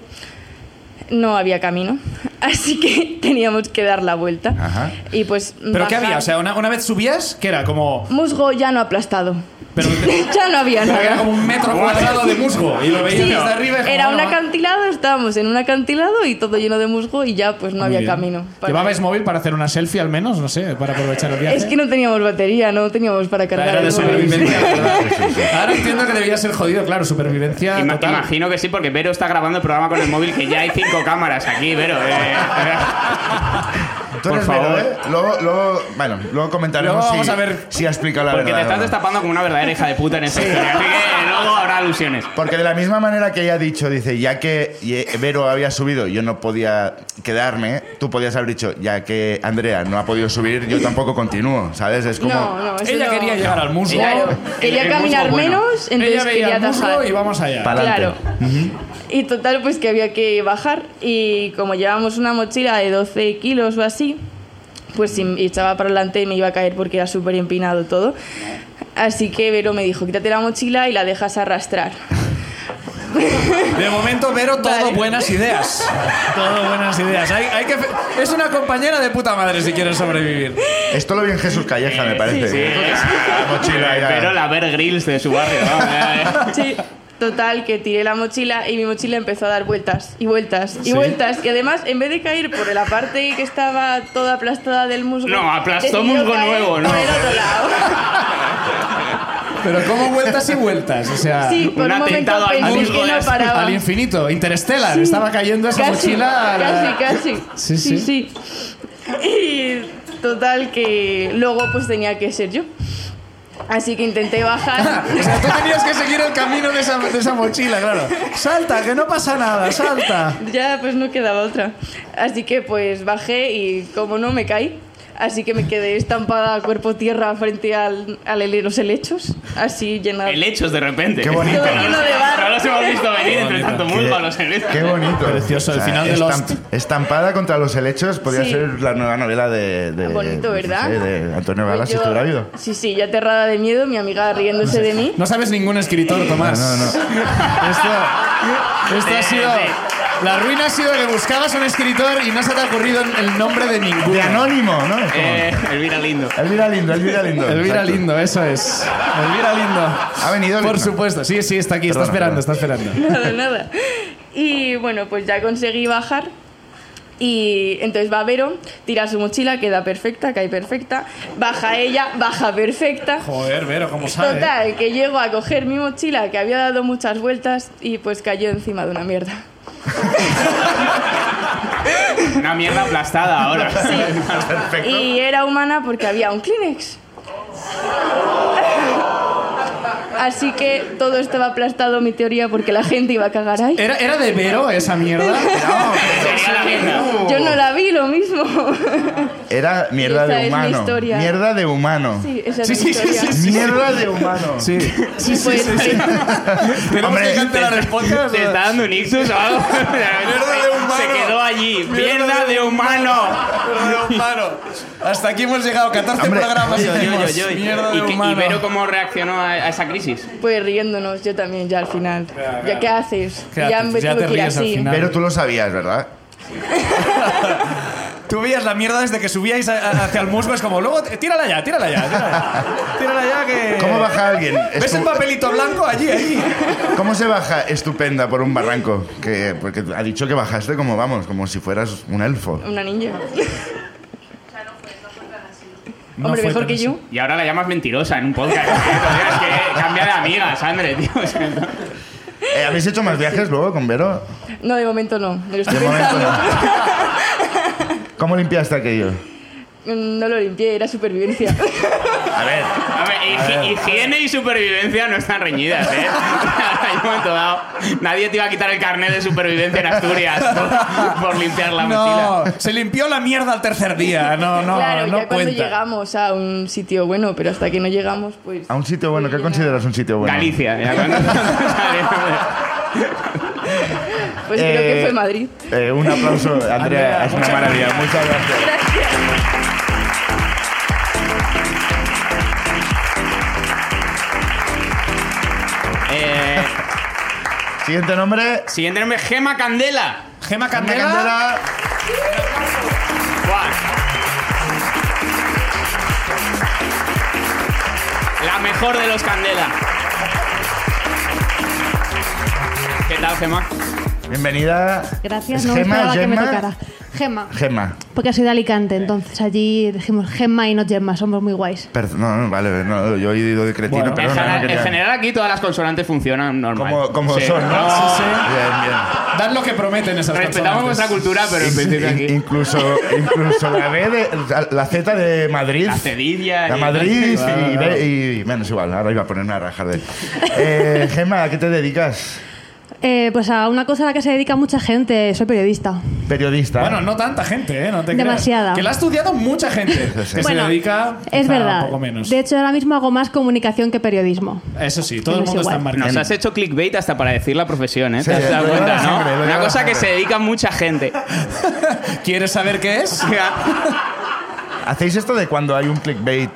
S5: no había camino, así que teníamos que dar la vuelta.
S1: Ajá.
S5: Y pues...
S2: ¿Pero qué
S5: bajar-
S2: había? O sea, una, una vez subías, que era como.
S5: Musgo ya no aplastado.
S2: Pero,
S5: ya no había
S2: pero que era
S5: nada.
S2: como un metro cuadrado de musgo. Y lo veías
S5: Sí,
S2: desde arriba. y como,
S5: era un
S2: bueno, va.
S5: acantilado, estábamos en un acantilado y todo lleno de musgo y ya pues no había
S2: Ah, Bien.
S5: camino. para-
S2: ¿Llevabais móvil para hacer una selfie al menos? No sé, para aprovechar el viaje.
S5: Es que no teníamos batería, no teníamos para cargar
S2: ¿eh? Era de
S5: el móvil.
S2: supervivencia, ¿verdad? Ahora entiendo que debía ser jodido, claro, supervivencia
S4: Ima-
S2: total.
S4: imagino que sí, porque Vero está grabando el programa con el móvil, que ya hay cinco cámaras aquí, Vero. eh.
S1: Tú
S4: Por
S1: eres Vero,
S4: favor.
S1: ¿eh? Luego, luego, bueno, luego comentaremos
S2: Luego vamos
S1: si,
S2: a ver-
S1: si ha explicado la
S4: Porque te
S1: verdad.
S4: estás
S1: o no.
S4: destapando como una verdadera hija de puta en esa historia. Así que luego habrá ilusiones.
S1: Porque de la misma manera que ella ha dicho, dice, ya que ye- Vero había subido, yo no podía quedarme, tú podías haber dicho, ya que Andrea no ha podido subir, yo tampoco continúo, ¿sabes? Es como...
S5: No, no, eso
S2: Ella
S5: no.
S2: quería llegar al muslo.
S5: Claro, quería
S4: el- el
S5: caminar
S4: musgo bueno.
S5: menos, entonces
S2: Ella veía
S5: quería
S2: el muslo
S5: atajar.
S2: y vamos allá.
S1: Pa'lante.
S5: Claro. Y total, pues que había que bajar y como llevábamos una mochila de 12 kilos o así, pues si me echaba para adelante me iba a caer porque era súper empinado todo. Así que Vero me dijo, quítate la mochila y la dejas arrastrar.
S2: De momento, Vero, todo
S5: Vale.
S2: buenas ideas. Todo buenas ideas. Hay, hay que fe- es una compañera de puta madre si quieres sobrevivir.
S1: Esto lo vi en Jesús Calleja, me parece.
S4: Sí,
S1: La mochila era-
S4: Pero la Bear Grylls de su barrio. vamos, eh.
S5: Sí. Total, que tiré la mochila y mi mochila empezó a dar vueltas y vueltas y
S2: ¿Sí?
S5: vueltas. Que además, en vez de caer por la parte que estaba toda aplastada del musgo...
S4: No, aplastó
S5: decidió
S4: musgo
S5: caer
S4: nuevo, ¿no?
S5: Por el otro lado.
S2: Pero como vueltas y vueltas. O sea,
S5: Sí, por
S4: Un
S5: un, momento
S4: atentado al
S5: pensé
S4: musgo
S5: que
S4: de
S5: no
S4: las-
S5: paraba.
S2: al infinito. Interstellar.
S5: Sí.
S2: Estaba cayendo esa
S5: Casi,
S2: mochila. a la-
S5: Casi, casi.
S2: Sí,
S5: Sí,
S2: sí.
S5: sí. Y total que luego pues tenía que ser yo. Así que intenté bajar.
S2: O sea, tú tenías que seguir el camino de esa, de esa mochila, claro. Salta, que no pasa nada, salta.
S5: ya pues no quedaba otra. Así que pues bajé y como no me caí. Así que me quedé estampada a cuerpo tierra frente al, al hele- los helechos. Así llena
S4: Helechos de repente.
S1: Qué bonito.
S5: Todo lleno de barro.
S4: No los hemos visto venir entre tanto musgo a los helechos.
S1: Qué bonito.
S2: Precioso, el final de Lost.
S1: Estampada contra los helechos podría
S5: Sí.
S1: ser la nueva novela de... de-
S5: Bonito,
S1: no
S5: ¿verdad?
S1: sé, Eh, de Antonio
S5: Pues
S1: Balas, si
S5: yo-
S1: estuviera vivo.
S5: Sí, sí, ya aterrada de miedo, mi amiga riéndose de mí.
S2: No sabes ningún escritor, Tomás.
S1: No, no,
S2: Esto, esto ha
S4: Sí,
S2: sido.
S4: sí.
S2: La ruina ha sido que buscabas un escritor y no se te ha ocurrido el nombre de ninguno.
S1: De anónimo, ¿no? Es como-
S4: Eh, Elvira Lindo.
S1: Elvira Lindo, Elvira Lindo.
S2: Elvira
S1: exacto.
S2: Lindo, eso es. Elvira Lindo.
S1: Ha venido
S2: Por
S1: Lindo.
S2: supuesto, sí, sí, está aquí, está
S1: Perdona,
S2: esperando, está esperando.
S5: nada, nada. Y bueno, pues ya conseguí bajar. Y entonces va Vero, tira su mochila, queda perfecta, cae perfecta. Baja ella, baja perfecta.
S2: Joder, Vero, ¿cómo sabe?
S5: Total, que llego a coger mi mochila que había dado muchas vueltas y pues cayó encima de una mierda.
S4: Una mierda aplastada ahora.
S1: Perfecto.
S5: Y era humana porque había un Kleenex. Así que todo estaba aplastado, mi teoría, porque la gente iba a cagar ahí.
S2: ¿Era, ¿Era de Vero esa mierda?
S4: Sería la mierda.
S2: Oh.
S5: Yo no la vi, lo mismo.
S1: Era mierda
S5: Esa
S1: de
S5: es mi
S1: humano.
S5: historia.
S1: Mierda de humano.
S5: Sí, esa es
S2: Sí,
S5: mi
S2: sí, sí,
S5: historia.
S2: sí,
S1: Mierda de humano.
S2: Sí.
S5: Y pues,
S2: Tenemos
S1: Hombre,
S2: que cancelar el podcast.
S4: ¿Te está dando un ictus o algo? Mierda
S2: de humano.
S4: Se quedó allí. Mierda de humano.
S2: Mierda de humano. Hasta aquí hemos llegado, 14
S1: Hombre,
S2: programas. y
S1: yo, yo,
S4: Yo,
S2: tenemos
S4: yo, yo.
S2: Mierda
S4: ¿Y,
S2: de
S4: qué- y
S2: humano.
S4: Vero cómo reaccionó a, a esa crisis?
S5: pues riéndonos, yo también ya al final. ¿Ya qué haces?
S2: ¿Qué
S5: ya
S2: haces?
S5: me
S2: Ya
S5: tuve
S2: te
S5: que ir
S2: ríes al
S5: así.
S2: final.
S1: Pero tú lo sabías, ¿verdad?
S2: Tú veías la mierda desde que subíais a- a- hacia el musgo, es como, luego, tírala ya, tírala ya, tírala ya, Tírala ya que...
S1: ¿Cómo baja alguien?
S2: Eh, ¿Ves el
S1: Estu-
S2: papelito blanco allí, allí?
S1: ¿Cómo se baja estupenda por un barranco? Que, porque ha dicho que bajaste como, vamos, como si fueras un elfo.
S5: Una niña.
S2: No
S5: Hombre,
S2: fue
S5: mejor
S2: tan
S5: que
S2: así.
S5: yo.
S4: Y ahora la llamas mentirosa en un podcast. Tienes que cambiar de amigas, Andre, tío. O sea, no-
S1: Eh, ¿Habéis hecho más viajes luego con Vero?
S5: No, de momento no. Me lo estoy
S1: De momento
S5: pensando.
S1: ¿Cómo limpiaste aquello?
S5: Mm, No lo limpié, era supervivencia.
S1: A ver,
S4: A ver, higi- higiene y supervivencia no están reñidas, ¿eh? Hay un momento dado, nadie te iba a quitar el carnet de supervivencia en Asturias por, por limpiar la mochila.
S2: No, se limpió la mierda al tercer día. No, no,
S5: claro,
S2: no
S5: ya cuando
S2: cuenta.
S5: llegamos a un sitio bueno, pero hasta que no llegamos, pues.
S1: a un sitio bueno, ¿qué consideras un sitio bueno?
S4: Galicia. ya cuando-
S5: Pues creo que
S1: Eh,
S5: fue Madrid.
S1: Eh, un aplauso, Andrea,
S2: Andrea,
S1: es una
S2: muchas
S1: maravilla. Muchas gracias.
S4: Eh,
S1: Siguiente nombre.
S4: siguiente nombre, Gema Candela.
S2: Gema
S1: Ana
S2: Candela.
S1: Candela.
S4: Buah. La mejor de los Candela. ¿Qué tal, Gema?
S1: Bienvenida.
S6: Gracias,
S1: ¿Es
S6: no
S1: Gemma,
S6: esperaba que me
S1: Gemma?
S6: tocara. Gemma.
S1: Gemma.
S6: Porque soy de Alicante, entonces allí dijimos Gemma y no Gemma, somos muy guays.
S1: Per- no, no, vale, no, yo he ido de cretino,
S2: Bueno,
S1: perdona,
S4: en,
S1: no
S4: general,
S1: quería-
S4: en general aquí todas las consonantes funcionan normal.
S1: Como, como
S4: Sí.
S1: son, ¿no?
S2: Sí, sí.
S1: Bien, bien.
S2: Dan lo que prometen esas
S4: Respetamos
S2: consonantes.
S4: vuestra cultura, pero en principio
S1: In-
S4: aquí.
S1: Incluso, incluso la B de, la Z de Madrid.
S4: La Cedilla.
S1: La
S4: y-
S1: Madrid y,
S2: Claro.
S1: B- y- Bueno, es igual, ahora iba a ponerme a rajar de él. Eh, Gemma, ¿a qué te dedicas?
S6: Eh, pues a una cosa a la que se dedica mucha gente, soy periodista.
S1: Periodista.
S2: Bueno, no tanta gente, ¿eh? No te creas.
S6: Demasiada.
S2: Que la ha estudiado mucha gente.
S1: Sí, sí.
S2: Que
S6: Bueno,
S2: se dedica.
S6: Es
S2: quizá
S6: verdad.
S2: Un poco menos.
S6: De hecho, ahora mismo hago más comunicación que periodismo.
S2: Eso sí, todo
S6: Pero
S2: el
S6: es
S2: mundo está
S6: igual.
S2: embarcado.
S4: Nos has hecho clickbait hasta para decir la profesión, ¿eh?
S1: Sí,
S4: ¿Te has dado
S1: lo lleva
S4: cuenta,
S1: la sangre, lo
S4: no?
S1: lleva
S4: Una
S1: la
S4: cosa que se
S1: sangre.
S4: dedica mucha gente.
S2: ¿Quieres saber qué es?
S4: Ah,
S1: ¿Hacéis esto de cuando hay un clickbait?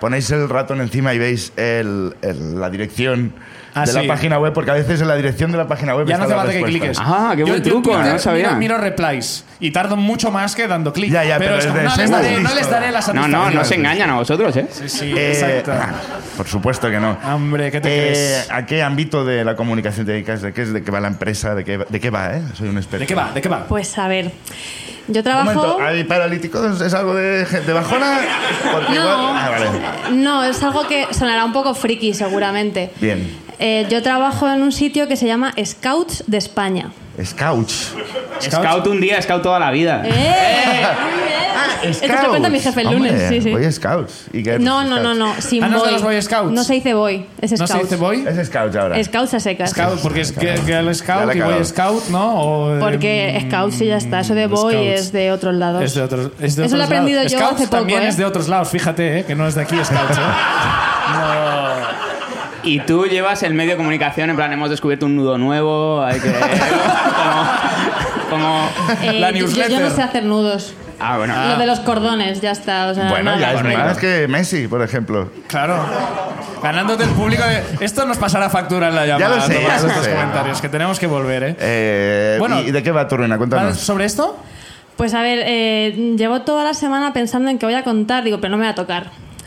S1: Ponéis el ratón encima y veis el- el- la dirección
S2: Ah,
S1: de la
S2: sí.
S1: página web, porque a veces en la dirección de la página web
S2: Ya no
S1: está
S2: hace
S1: la
S2: falta que
S1: respuesta.
S2: cliques.
S4: Ah, qué
S2: Yo-
S4: buen
S2: yo en
S4: truco,
S2: Twitter
S4: no sabía.
S2: Miro, miro replies y tardo mucho más que dando clic.
S1: Ya, ya, pero
S2: es
S1: es
S2: como,
S1: de
S2: no, les
S1: ser
S2: daré,
S1: listo.
S2: no les daré la
S4: No,
S2: satisfacción.
S4: no, no se engañan a vosotros, ¿eh?
S2: Sí, sí,
S1: Eh,
S2: exacto.
S1: ah, por supuesto que no.
S2: Hombre, ¿qué te
S1: Eh,
S2: crees?
S1: ¿A qué ámbito de la comunicación te dedicas? ¿De qué, es, de qué va la empresa? ¿De qué, va- de qué va? Eh? Soy un experto.
S2: ¿De qué va? ¿De qué va?
S6: Pues a ver, yo
S1: Un
S6: trabajo...
S1: momento, ¿hay paralíticos? ¿Es algo de, de bajona? Porque
S6: No,
S1: igual- Ah, vale.
S6: no, es algo que sonará un poco friki seguramente.
S1: Bien.
S6: Eh, yo trabajo en un sitio que se llama Scouts de España.
S1: Scouts.
S4: Scout un día, scout toda la vida.
S1: Ah,
S6: ¡Eh! Esto se lo cuenta mi jefe el
S1: Hombre,
S6: lunes. Sí, sí.
S1: Voy a Scouts. ¿Y qué eres,
S6: No, no, no,
S1: Scouts?
S6: no. Sin
S2: Ah, no es de los
S6: boy.
S2: Boy Scouts.
S6: No se dice boy, es
S2: ¿No
S6: scout.
S2: se dice boy?
S1: Es Scouts ahora.
S6: Scouts a secas.
S2: Scout, porque es que, que el
S1: Ya la
S2: scout
S1: he
S2: y boy
S1: cagado.
S2: scout, ¿no? O,
S6: Porque
S2: mm,
S6: scouts y ya está. Eso de boy
S2: Scouts.
S6: es de otros lados.
S2: Es de otros, es de
S6: Eso lo he
S2: otros lados.
S6: aprendido yo
S2: Scouts
S6: hace poco.
S2: también
S6: ¿eh?
S2: es de otros lados, fíjate, ¿eh? que no es de aquí Scouts. ¿eh?
S4: Y tú llevas el medio de comunicación, en plan, hemos descubierto un nudo nuevo, hay que... como... como-
S6: Eh,
S2: La
S6: yo- yo, yo no
S2: newsletter.
S6: sé hacer nudos.
S4: Ah, bueno.
S6: Lo de los cordones, ya está. O sea,
S1: Bueno,
S6: nada.
S1: ya es
S4: correcto.
S1: más que Messi, por ejemplo.
S2: Claro. Ganándote el público de... Esto nos pasará factura en la llamada.
S1: lo sé,
S2: todos
S1: ya lo
S2: estos
S1: sé.
S2: comentarios, que tenemos que volver, ¿eh?
S1: Eh,
S2: Bueno.
S1: ¿Y de qué va tu ruina?
S2: ¿Vale?
S1: Cuéntanos.
S2: ¿Sobre esto?
S6: Pues a ver, eh, llevo toda la semana pensando en qué voy a contar, digo, pero no me va a tocar.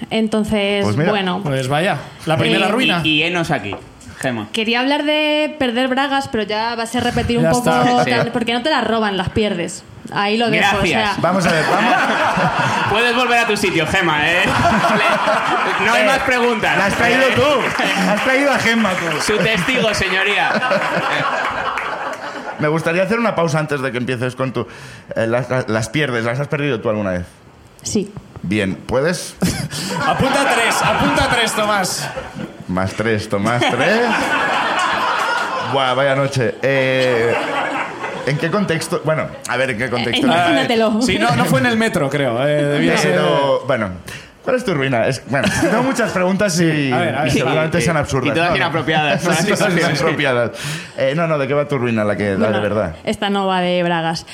S6: Entonces,
S1: Pues mira.
S6: bueno.
S2: Pues vaya, la primera
S6: Eh,
S2: ruina.
S4: Y, y enos aquí, Gema.
S6: Quería hablar de perder bragas, pero ya va a ser repetir un
S2: Ya
S6: poco,
S2: está.
S6: tal,
S4: Sí.
S6: porque no te las roban, las pierdes. Ahí lo dejo. o sea,
S4: Gracias.
S1: Vamos a ver, vamos.
S4: Puedes volver a tu sitio, Gema, ¿eh? Le- No hay
S1: Eh,
S4: más preguntas.
S1: La has traído tú. Has traído a Gemma tú.
S4: Su testigo, señoría.
S1: Me gustaría hacer una pausa antes de que empieces con tu... eh, las, las- las pierdes, ¿las has perdido tú alguna vez?
S6: sí.
S1: Bien, ¿puedes?
S2: Apunta tres, apunta tres, Tomás.
S1: Más tres, Tomás, tres. Buah, vaya noche. Eh, ¿En qué contexto? Bueno, a ver, ¿en qué contexto?
S6: Eh, Imagínatelo.
S2: Sí, no, no fue en el metro, creo. eh, debía ser-
S1: Pero, bueno, ¿cuál es tu ruina? Es, bueno, tengo muchas preguntas y,
S2: A ver, a ver.
S1: y seguramente
S4: Y-
S1: sean absurdas.
S4: y todas
S1: No, no.
S4: inapropiadas.
S1: Sí, sí, sí, inapropiadas. Eh, no, no, ¿de qué va tu ruina, la que la
S6: Bueno,
S1: de verdad?
S6: Esta no va de bragas.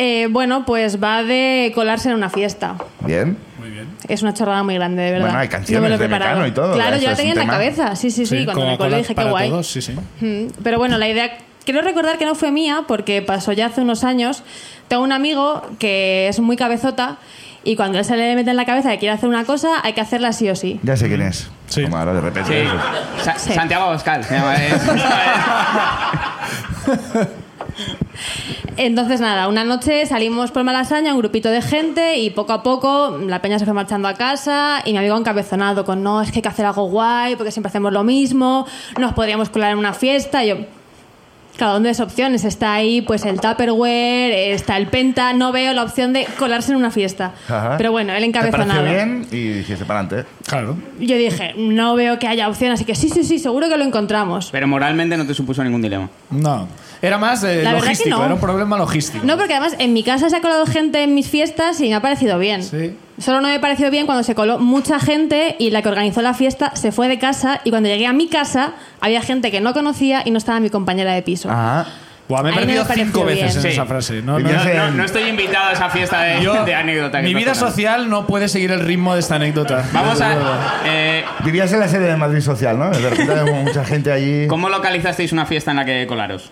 S6: Eh, bueno, pues va de colarse en una fiesta.
S1: Bien.
S6: Es una chorrada muy grande, de verdad.
S1: Bueno, hay
S6: No
S1: canciones
S6: me lo he
S1: de
S6: preparado.
S1: Mecano y todo,
S6: Claro,
S1: eso
S6: yo la
S1: es
S6: tenía en
S1: un
S6: la
S1: tema.
S6: cabeza. Sí, sí, sí. cuando me
S2: Coca-Cola
S6: colé dije qué
S2: para
S6: guay.
S2: todos, sí, sí.
S6: Mm, Pero bueno, la idea. Quiero recordar que no fue mía porque pasó ya hace unos años. Tengo un amigo que es muy cabezota y cuando él se le mete en la cabeza que quiere hacer una cosa, hay que hacerla sí o sí.
S1: Ya sé quién es.
S2: Sí.
S1: Como ahora de repente.
S4: Sí.
S1: eso.
S4: Sa-
S6: Sí.
S4: Santiago Pascal. se llama, ¿eh?
S6: Entonces, nada, una noche salimos por Malasaña, un grupito de gente, y poco a poco la peña se fue marchando a casa y mi amigo encabezonado con no, es que hay que hacer algo guay porque siempre hacemos lo mismo, nos podríamos colar en una fiesta. Y yo, claro, ¿dónde es opciones? Está ahí pues el Tupperware, está el Penta, no veo la opción de colarse en una fiesta.
S1: Ajá.
S6: Pero bueno, el encabezonado.
S1: Te pareció bien y dijiste para adelante.
S2: Claro.
S6: Yo dije, no veo que haya opción, así que sí, sí, sí, seguro que lo encontramos.
S4: Pero moralmente no te supuso ningún dilema.
S2: No. Era más eh,
S6: La verdad que
S2: logístico,
S6: no.
S2: era un problema logístico.
S6: No, porque además en mi casa se ha colado gente en mis fiestas y me ha parecido bien.
S2: Sí.
S6: Solo no me pareció bien cuando se coló mucha gente y la que organizó la fiesta se fue de casa y cuando llegué a mi casa había gente que no conocía y no estaba mi compañera de piso.
S1: Ah,
S2: Buah, me he
S6: A mí me
S2: perdido
S6: pareció
S2: cinco
S6: bien.
S2: veces en
S4: Sí.
S2: esa frase. No, no,
S1: Bien.
S4: No, no- no estoy invitado a esa fiesta de,
S2: Yo-
S4: de anécdota. que
S2: mi
S4: no
S2: vida
S4: hace nada.
S2: social no puede seguir el ritmo de esta anécdota.
S4: Vamos a... eh,
S1: vivías en la sede de Madrid Social, ¿no? De repente hay mucha gente allí.
S4: ¿Cómo localizasteis una fiesta en la que colaros?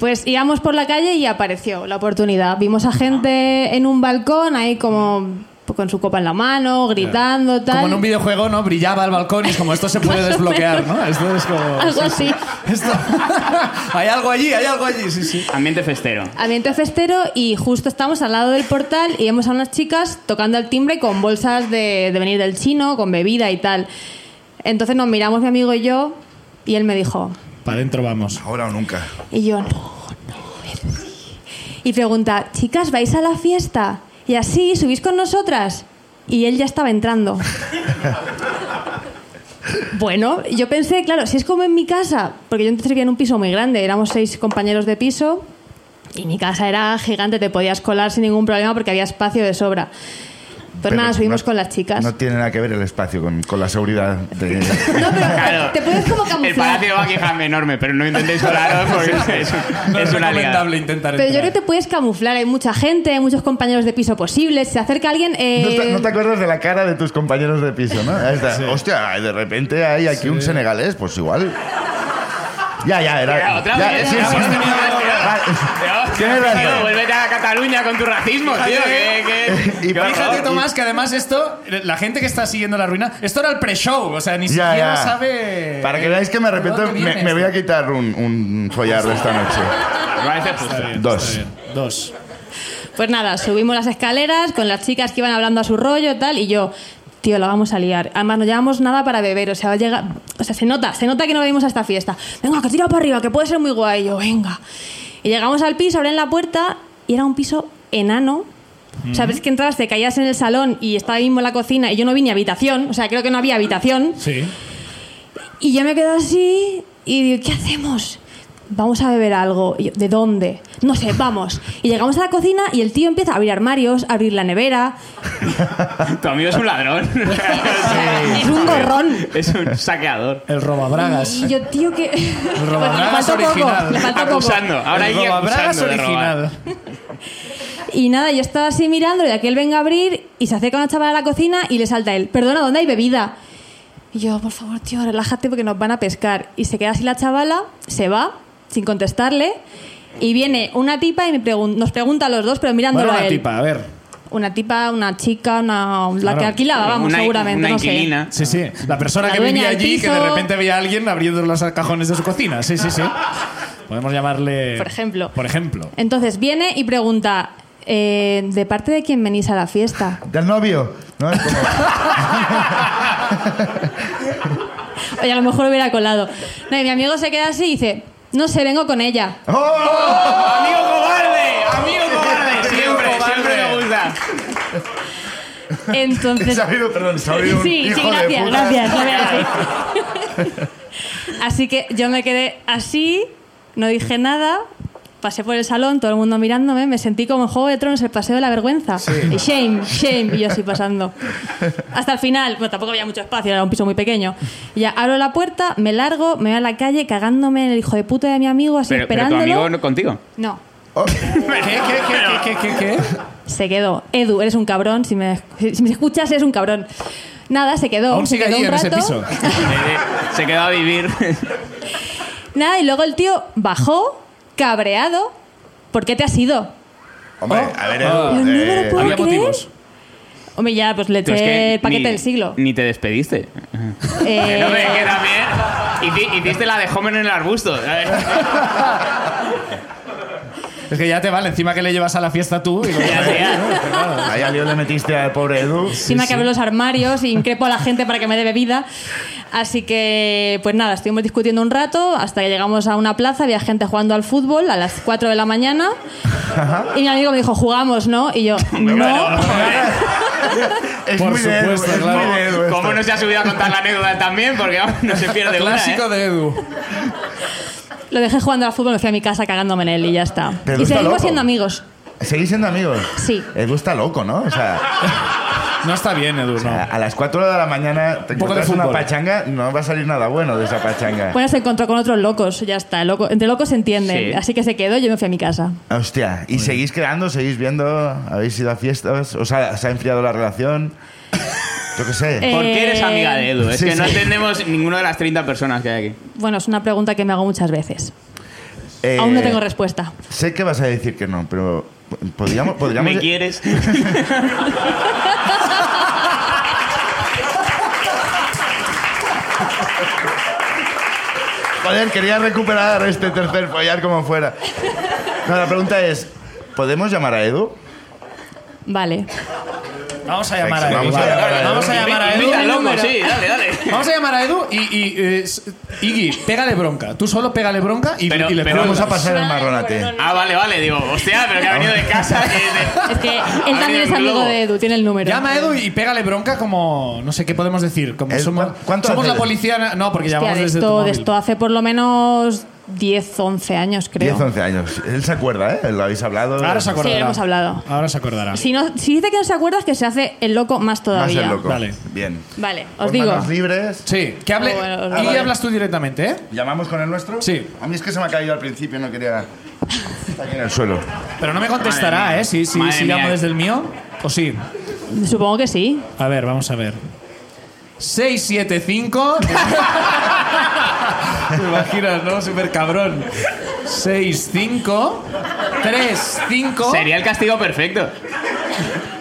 S6: Pues íbamos por la calle y apareció la oportunidad. Vimos a gente en un balcón ahí como con su copa en la mano, gritando, tal.
S2: Como en un videojuego, ¿no? Brillaba al balcón y es como esto se puede
S6: Más o
S2: desbloquear, ¿no? Esto es como.
S6: Algo así.
S2: Esto- hay algo allí, hay algo allí, sí, sí.
S4: Ambiente festero.
S6: Ambiente festero y justo estamos al lado del portal y vemos a unas chicas tocando el timbre con bolsas de, de venir del chino, con bebida y tal. Entonces nos miramos mi amigo y yo y él me dijo,
S2: Para adentro vamos.
S1: Ahora o nunca.
S6: y yo, no, no, es así". Y pregunta, chicas, ¿vais a la fiesta? Y así, ¿subís con nosotras? Y él ya estaba entrando. bueno, yo pensé, claro, si es como en mi casa, porque yo entonces vivía en un piso muy grande, éramos seis compañeros de piso, y mi casa era gigante, te podías colar sin ningún problema porque había espacio de sobra. Pues
S1: Pero
S6: nada, subimos
S1: no-
S6: con las chicas.
S1: No tiene nada que ver el espacio con, con la seguridad de...
S6: No, pero
S4: Claro.
S6: te puedes como camuflar.
S4: El palacio de Buckingham enorme, pero no intentéis colaros porque es,
S2: No
S4: es
S2: es
S4: una liada.
S2: recomendable intentar
S6: Pero yo creo
S2: entrar.
S6: que te puedes camuflar. Hay mucha gente, hay muchos compañeros de piso posibles. Si se acerca alguien. eh,
S1: No te, no te acuerdas de la cara de tus compañeros de piso, ¿no? Ahí está. Hostia, de repente hay aquí un senegalés, pues igual. Ya, ya, era.
S4: Otra
S1: ya,
S4: vez. ¿eh?
S1: sí, sí.
S4: Hemos tenido otra.
S1: Vale.
S4: Tío,
S1: Tienes razón.
S4: tío, Vuélvete a Cataluña con tu racismo, tío.
S2: Fíjate,
S4: que- que-
S1: Y
S4: ¿eh? qué horror.
S2: Fíjate, Tomás, que además esto, la gente que está siguiendo la ruina, esto era el pre-show, o sea, ni
S1: Ya,
S2: siquiera
S1: ya.
S2: sabe.
S1: Para que veáis que me arrepiento,
S2: ¿Dónde
S1: me,
S2: vienes?
S1: me voy a quitar un, un follar de esta noche.
S4: Me parece justo.
S2: Está bien,
S1: Dos.
S2: está bien. Dos.
S6: Pues nada, subimos las escaleras con las chicas que iban hablando a su rollo tal. Y yo, tío, la vamos a liar. Además, no llevamos nada para beber. O sea, va a llegar. O sea, se nota, se nota que no venimos a esta fiesta. Venga, que tira para arriba, que puede ser muy guay. Y yo, venga. Y llegamos al piso, abren la puerta y era un piso enano. O sea, ves que entrabas, te caías en el salón y estaba ahí mismo la cocina y yo no vi ni habitación. O sea, creo que no había habitación.
S2: Sí.
S6: Y yo me quedo así y digo, ¿qué hacemos? Vamos a beber algo. Y yo, ¿De dónde? No sé, vamos. Y llegamos a la cocina y el tío empieza a abrir armarios, a abrir la nevera.
S4: Tu amigo es un ladrón.
S6: Es un gorrón.
S4: Es un saqueador.
S2: El robabragas.
S6: Y yo, tío, que...
S2: robabragas
S6: le faltó
S2: original.
S6: poco, le faltó poco.
S4: Acusando. Ahora hay
S2: el
S4: que
S2: robabragas
S4: acusando de robar.
S2: original.
S6: Y nada, yo estaba así mirando y aquel venga a abrir y se acerca una chavala a la cocina y le salta él, perdona, ¿dónde hay bebida? Y yo, por favor, tío, relájate porque nos van a pescar. Y se queda así la chavala, se va, sin contestarle, y viene una tipa y me pregun- nos pregunta a los dos, pero mirándolo
S2: Bueno,
S6: a
S2: la
S6: él.
S2: tipa, a ver.
S6: Una tipa, una chica, una, la
S2: Claro.
S6: que alquilaba, vamos,
S4: Una-
S6: seguramente,
S4: Una
S6: no sé.
S4: inquilina.
S2: Sí, sí. La persona
S6: La
S2: que
S6: dueña
S2: vivía
S6: del
S2: allí, que de
S6: piso.
S2: repente veía a alguien abriendo los cajones de su cocina. Sí, sí, sí. Podemos llamarle.
S6: Por ejemplo.
S2: Por ejemplo.
S6: Entonces viene y pregunta, eh, ¿de parte de quién venís a la fiesta?
S1: Del novio. ¿no? Es como-
S6: Oye, a lo mejor hubiera colado. No, y mi amigo se queda así y dice, no sé, vengo con ella.
S1: ¡Oh!
S4: ¡Amigo cobarde! ¡Amigo cobarde! Siempre, siempre me gusta.
S6: Entonces...
S1: Se ha habido, perdón, se ha habido un
S6: Sí, sí,
S1: hijo de
S6: gracias,
S1: puta.
S6: gracias. lo voy a decir. así que yo me quedé así, no dije nada, pasé por el salón, todo el mundo mirándome, me sentí como en Juego de Tronos, el paseo de la vergüenza. Y Shame, shame, y yo así pasando. Hasta el final, bueno, tampoco había mucho espacio, era un piso muy pequeño. Y ya abro la puerta, me largo, me voy a la calle cagándome en el hijo de puta de mi amigo, así
S4: Pero, pero tu
S6: esperándolo.
S4: amigo no contigo.
S6: No,
S1: Oh,
S2: ¿Qué, qué, qué, qué, qué, qué?
S6: se quedó. Edu, eres un cabrón, si me, si me escuchas, eres un cabrón. Nada, se quedó.
S2: Aún
S6: se
S2: sigue
S6: quedó
S2: allí
S6: un
S2: en ese
S6: rato.
S2: piso.
S4: Se quedó a vivir.
S6: Nada, y luego el tío bajó, cabreado. ¿Por qué te has ido?
S1: hombre, a ver,
S2: Oh.
S1: Edu,
S6: Yo no me
S1: eh,
S6: lo puedo
S2: había
S6: creer.
S2: motivos.
S6: Hombre, ya, pues le
S4: Tú,
S6: eché
S4: es que
S6: el paquete
S4: ni-
S6: del siglo.
S4: Ni te despediste.
S6: Eh,
S4: No, pero es que también hici- hiciste la de Homer en el arbusto. ¿eh? ¿sabes?
S2: Es que ya te vale, encima que le llevas a la fiesta tú. Y lo-
S4: Ya, ya.
S1: ahí al lío le metiste al pobre Edu.
S6: Encima que abro los armarios y increpo a la gente para que me dé bebida. Así que, pues nada, estuvimos discutiendo un rato hasta que llegamos a una plaza. Había gente jugando al fútbol a las 4 de la mañana. Y mi amigo me dijo, jugamos, ¿no? Y yo, no.
S1: Es
S2: Por
S1: muy de Edu,
S2: supuesto,
S1: es muy
S2: claro.
S1: de Edu esto.
S4: ¿Cómo no se ha subido a contar la anécdota también? Porque vamos, no se pierde una, ¿eh?
S2: Clásico de Edu.
S6: Lo dejé jugando al fútbol, me fui a mi casa cagándome en él y ya está.
S1: Pero
S6: y
S1: está
S6: seguimos
S1: loco.
S6: siendo amigos.
S1: ¿Seguís siendo amigos?
S6: Sí.
S1: Edu está loco, ¿no? O sea,
S2: No está bien, Edu,
S1: a,
S2: no.
S1: a las 4 de la mañana te
S2: Un poco de
S1: encuentras una
S2: fútbol.
S1: pachanga, no va a salir nada Ah, bueno de esa pachanga.
S6: Bueno, se encontró con otros locos, ya está. Loco, entre locos se entienden.
S4: Sí.
S6: Así que se quedó, yo me fui a mi casa.
S1: Hostia, ¿y seguís creando? ¿Seguís viendo? ¿Habéis ido a fiestas? ¿Os ha, se ha enfriado la relación? Yo qué sé.
S6: Eh,
S4: ¿Por qué eres amiga de Edu? Es
S1: Sí,
S4: que no
S1: sí.
S4: entendemos ninguna de las 30 personas que hay aquí.
S6: Bueno, es una pregunta que me hago muchas veces.
S1: Eh,
S6: Aún no tengo respuesta.
S1: Sé que vas a decir que no, pero podríamos... podríamos
S4: ¿Me quieres?
S1: Joder, quería recuperar este tercer follar como fuera. No, la pregunta es, ¿podemos llamar a Edu?
S6: Vale.
S2: Vamos a llamar a Edu.
S1: Vamos a
S2: vale.
S1: llamar a
S2: Vamos
S1: Edu.
S2: a llamar a Edu.
S4: Invita al loco, sí, dale, dale.
S2: Vamos a llamar a Edu y, y eh, s- Iggy, pégale bronca. Tú solo pégale bronca y,
S4: Pero-
S2: y le
S4: pero
S1: Vamos a
S2: cuelgas.
S1: pasar el marrón a ti.
S6: Bueno, no.
S4: Ah, vale, vale, digo, hostia, pero que ha venido de casa. que de-
S6: Es
S4: Ha
S6: que él
S4: venido
S6: también
S4: en
S6: es amigo
S4: globo.
S6: de Edu, tiene el número.
S2: Llama a Edu y pégale bronca como... No sé qué podemos decir. Como
S1: El-
S2: somos
S1: ¿cuánto
S2: somos
S1: hace?
S2: la policía... na- No, porque
S6: Hostia,
S2: llamamos
S6: de
S2: desde tu
S6: esto, de
S2: móvil.
S6: esto hace por lo menos 10, 11 años, creo.
S1: 10, 11 años. Él se acuerda, ¿eh? Lo habéis hablado.
S2: Ahora se acordará.
S6: Sí, lo hemos hablado.
S2: Ahora se acordará.
S6: Si, no, si dice que no se acuerda es que se hace el loco más
S1: Más
S6: todavía.
S1: el loco.
S2: Vale.
S1: Bien.
S6: Vale, os
S1: Con
S6: digo.
S1: manos libres.
S2: Sí, que hable...
S6: Ah, bueno,
S2: y
S6: ah, vale.
S2: hablas tú directamente, ¿eh?
S1: ¿Llamamos con el nuestro?
S2: Sí.
S1: A mí es que se me ha caído al principio, no quería... Está aquí en el suelo.
S2: Pero no me contestará,
S4: Madre mía.
S2: ¿eh? Si, si,
S4: Madre
S2: si
S4: mía.
S2: llamo desde el mío o sí.
S6: Supongo que sí.
S2: A ver, vamos a ver. 675. Te imaginas, ¿no? Súper cabrón. 65 35
S4: Sería el castigo perfecto.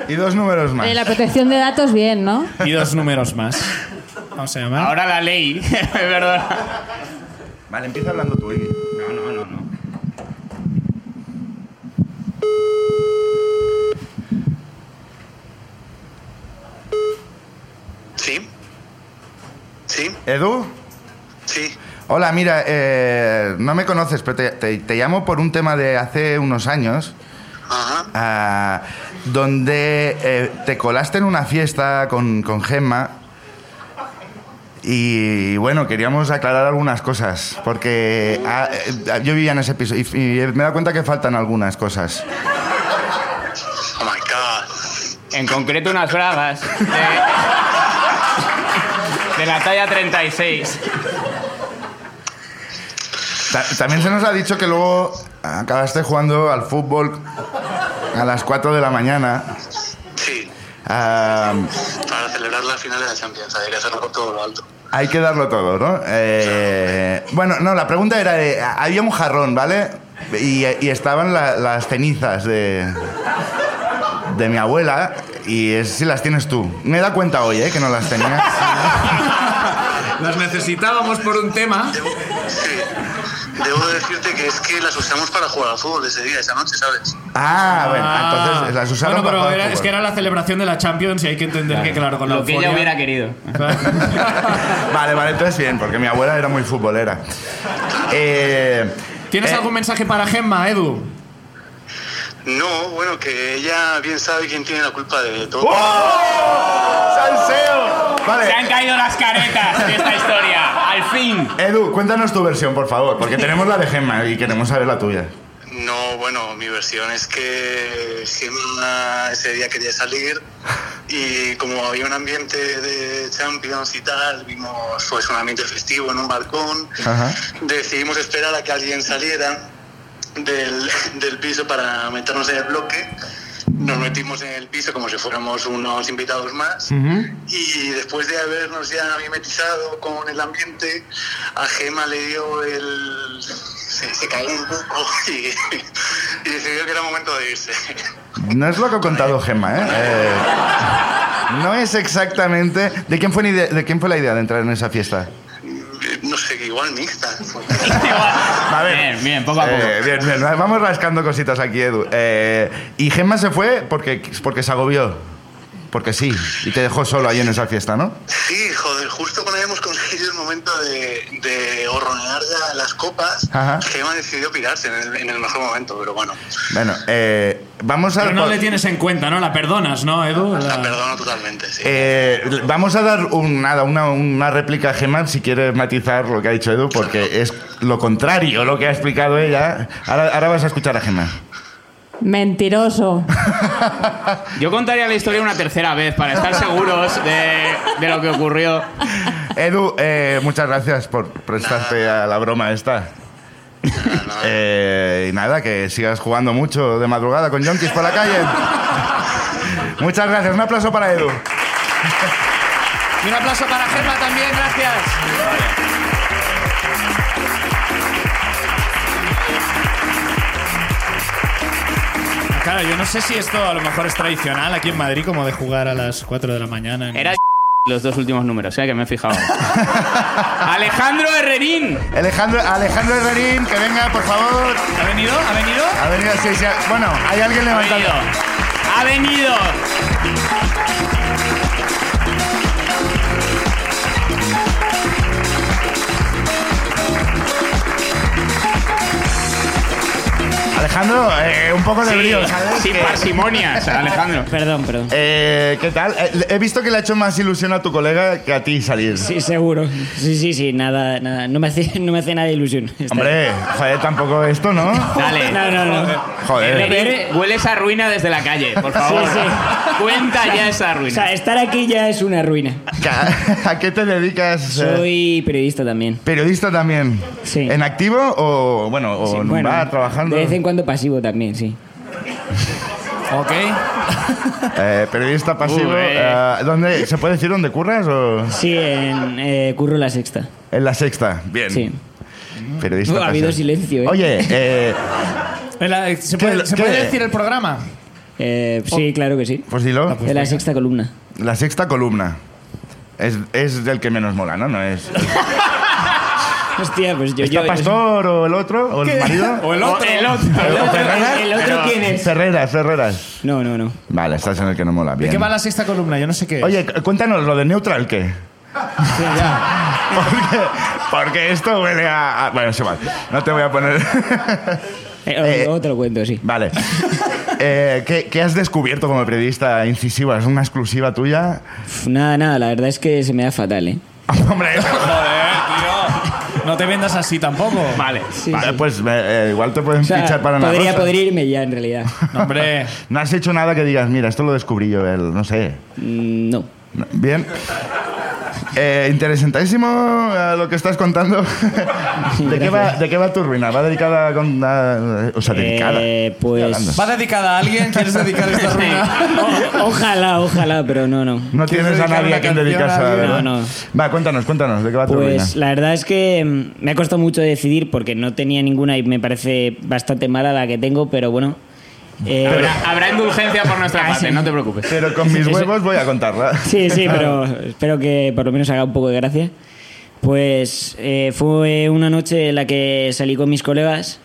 S1: Y dos números más.
S6: Eh, la protección de datos, bien, ¿no?
S2: y dos números más. Vamos a llamar.
S4: Ahora la ley, es verdad.
S1: Vale, empieza hablando tú, Iggy.
S4: No, no, no, no.
S7: Sí. Sí,
S1: ¿Edu?
S7: sí.
S1: Hola, mira, eh, no me conoces, pero te, te- te llamo por un tema de hace unos años,
S7: Ajá.
S1: ah, donde eh, te colaste en una fiesta con, con Gemma y bueno, queríamos aclarar algunas cosas, porque ah, eh, yo vivía en ese piso y, y me he dado cuenta que faltan algunas cosas.
S7: Oh my god.
S4: En concreto unas bragas de, de la talla 36.
S1: Ta- también se nos ha dicho que luego acabaste jugando al fútbol a las 4 de la mañana.
S7: Sí.
S1: Ah,
S7: Para celebrar la final de la Champions, hay que hacerlo por todo lo alto.
S1: Hay que darlo todo, ¿no? Eh, bueno, no, la pregunta era de... Había un jarrón, ¿vale? Y, y estaban la- las cenizas de, de mi abuela y es si las tienes tú. Me he dado cuenta hoy, ¿eh? Que no las tenías.
S2: Las necesitábamos por un tema.
S7: Debo, sí. Debo decirte que es que las usamos para jugar al fútbol ese día, esa noche, ¿sabes?
S1: Ah, bueno, entonces las usaron
S2: Bueno,
S1: para
S2: pero
S1: jugar al
S2: era- es
S1: fútbol.
S2: que era la celebración de la Champions y hay que entender que, claro, con la
S4: Lo que ella
S2: euforia-
S4: hubiera querido.
S1: Vale, vale, entonces bien, porque mi abuela era muy futbolera. Eh,
S2: ¿Tienes
S1: eh,
S2: algún mensaje para Gemma, Edu?
S7: No, bueno, que ella bien sabe quién tiene la culpa de todo.
S1: ¡Oh! ¡Salseo!
S4: Se han
S1: Vale,
S4: caído las caretas de esta historia. Al fin.
S1: Edu, cuéntanos tu versión, por favor, porque tenemos la de Gemma y queremos saber la tuya.
S7: No, bueno, mi versión es que Gemma ese día quería salir y como había un ambiente de Champions y tal, vimos pues un ambiente festivo en un balcón,
S1: Ajá.
S7: decidimos esperar a que alguien saliera del, del piso para meternos en el bloque. Nos metimos en el piso como si fuéramos unos invitados más y después de habernos ya mimetizado con el ambiente, a Gema le dio el... Se, se cayó un poco y, y decidió que era momento de irse.
S1: No es lo que ha contado Gemma, ¿eh? Eh, No es exactamente. ¿De quién, fue ni de, de quién fue la idea de entrar en esa fiesta?
S7: No sé, que igual mixta.
S1: A ver.
S4: Bien, bien, poco a poco.
S1: Eh, bien, bien, vamos rascando cositas aquí, Edu. Eh, y Gemma se fue porque, porque se agobió. Porque sí, y te dejó solo ahí en esa fiesta, ¿no?
S7: Sí, joder, justo cuando habíamos conseguido el momento de, de horronear ya las copas,
S1: Ajá.
S7: Gema decidió pirarse en el, en el mejor momento, pero bueno,
S1: Bueno, eh, vamos a.
S2: Pero no le tienes en cuenta, ¿no? La perdonas, ¿no, Edu?
S7: la
S2: La-
S7: perdono totalmente, sí.
S1: Ah. Eh, vamos a dar un, nada, una, una réplica a Gemma si quieres matizar lo que ha dicho Edu, porque es lo contrario lo que ha explicado ella. Ahora, ahora vas a escuchar a Gemma.
S6: Mentiroso.
S4: Yo contaría la historia una tercera vez para estar seguros de, de lo que ocurrió.
S1: Edu, eh, muchas gracias por prestarte a la broma esta. Eh, y nada, que sigas jugando mucho de madrugada con yonkis por la calle. Muchas gracias. Un aplauso para Edu.
S2: Y un aplauso para Gemma también, gracias. Claro, yo no sé si esto a lo mejor es tradicional aquí en Madrid, como de jugar a las 4 de la mañana. en-
S4: Era los dos últimos números, ¿eh? que me he fijado. Alejandro Herrerín.
S1: Alejandro, Alejandro Herrerín, que venga, por favor.
S2: ¿Ha venido? ¿Ha venido?
S1: A ver, sí, sí. Bueno, hay alguien
S4: Ha
S1: levantando.
S4: venido. Ha venido.
S1: Alejandro, eh, un poco de
S4: Sí,
S1: brío, ¿sabes?
S4: sin
S1: Que-
S4: parsimonias, Alejandro.
S8: Perdón, perdón.
S1: Eh, ¿Qué tal? Eh, le- he visto que le ha hecho más ilusión a tu colega que a ti salir.
S8: Sí, seguro. Sí, sí, sí, nada, nada. No me hace, no me hace nada de ilusión. Está
S1: Hombre, joder, tampoco esto, ¿no?
S4: Dale.
S8: bien. No, no, no.
S1: Joder.
S4: Herrerín, huele esa ruina desde la calle, por favor.
S8: Sí, sí.
S4: Cuenta ya esa
S8: O sea,
S4: ruina.
S8: estar aquí ya es una ruina.
S1: ¿A a qué te dedicas? eh?
S8: Soy periodista también.
S1: ¿Periodista también?
S8: Sí.
S1: ¿En activo o, bueno, o
S8: Sí,
S1: en un
S8: bueno,
S1: bar trabajando?
S8: De vez en cuando pasivo también, sí.
S2: Ok.
S1: Eh, periodista pasivo.
S4: Uy, eh.
S1: eh, ¿dónde, ¿Se puede decir dónde curras o
S8: Sí, en eh, Curro la Sexta.
S1: en la sexta? Bien.
S8: Sí.
S1: Periodista
S8: Uh, ha habido
S1: pasivo.
S8: silencio, ¿eh?
S1: Oye, eh,
S2: El- eh, ¿Se puede, Oh.
S1: ¿Qué-
S2: se
S1: qué-
S2: puede decir el programa?
S8: Eh, sí, claro que sí.
S1: pues dilo.
S8: De la sexta columna.
S1: La sexta columna. Es, es del que menos mola, ¿no? ¿No es?
S8: Hostia, pues yo...
S1: ¿Está
S8: yo-
S1: Pastor o el otro? ¿O el marido?
S2: ¿O el otro?
S4: El otro.
S8: El otro,
S1: Ferreras?
S8: el otro, ¿quién es?
S1: Ferreras, Ferreras.
S8: No, no, no.
S1: Vale, estás en el que no mola. Bien.
S2: ¿Qué va la sexta columna? Yo no sé qué. es.
S1: Oye, cu- cuéntanos lo de Neutral, ¿qué? Porque, porque esto huele a, a- Bueno, es igual. No te voy a poner...
S8: Eh,
S1: Eh,
S8: otro cuento, sí.
S1: vale. Eh, ¿qué, qué has descubierto como periodista incisiva? ¿Es una exclusiva tuya?
S8: Pf, Nada, nada, la verdad es que se me da fatal, ¿eh?
S1: Hombre,
S2: No te vendas así tampoco.
S4: Vale.
S1: vale, pues eh, eh, igual te pueden
S8: O sea,
S1: fichar para una
S8: podría,
S1: cosa.
S8: podría irme ya, en realidad.
S2: No, hombre.
S1: No has hecho nada que digas, mira, esto lo descubrí yo, el, no sé.
S8: Mm, No.
S1: Bien. Eh, interesantísimo eh, lo que estás contando. ¿De, qué va, ¿De qué va tu ruina? ¿Va dedicada con, a- o sea, dedicada?
S8: Eh, pues...
S2: ¿Va dedicada a alguien? ¿Quieres dedicar esta ruina?
S8: o- ojalá, ojalá, pero no, no.
S1: No
S2: ¿Quieres
S1: tienes a
S2: dedicar
S1: nadie
S2: una
S1: a quien
S2: canción
S1: dedicarse,
S2: a alguien?
S1: ¿verdad?
S8: No, no.
S1: Va, cuéntanos, cuéntanos, ¿de qué va tu ruina?
S8: Pues la verdad es que mm, me ha costado mucho decidir porque no tenía ninguna y me parece bastante mala la que tengo, pero bueno. Eh,
S4: Habrá, habrá indulgencia por nuestra parte, no te preocupes.
S1: Pero con mis
S8: Eso-
S1: huevos voy a contarla.
S8: Sí, sí, pero espero que por lo menos haga un poco de gracia. Pues eh, fue una noche en la que salí con mis colegas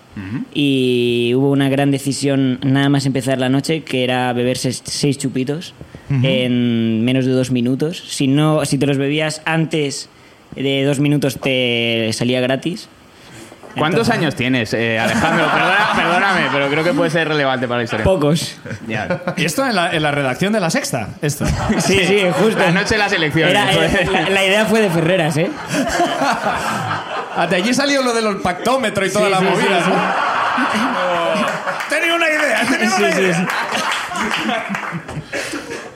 S8: y hubo una gran decisión nada más empezar la noche, que era beberse seis chupitos en menos de dos minutos. Si, no, si te los bebías antes de dos minutos te salía gratis.
S4: ¿Cuántos años tienes, eh, Alejandro? Perdona- perdóname, pero creo que puede ser relevante para la historia.
S8: Pocos.
S4: Ya.
S2: ¿Y esto en la, en la redacción de la sexta? Esto.
S8: Sí, sí, justo.
S4: La noche de las elecciones.
S8: Era- era- la, la idea fue de Ferreras, ¿eh?
S2: Hasta allí salió lo del pactómetro y toda
S8: Sí,
S2: la
S8: sí,
S2: movida.
S8: sí, sí.
S2: ¿no? Tenía una idea, tenía
S8: Sí,
S2: una idea.
S8: sí, sí.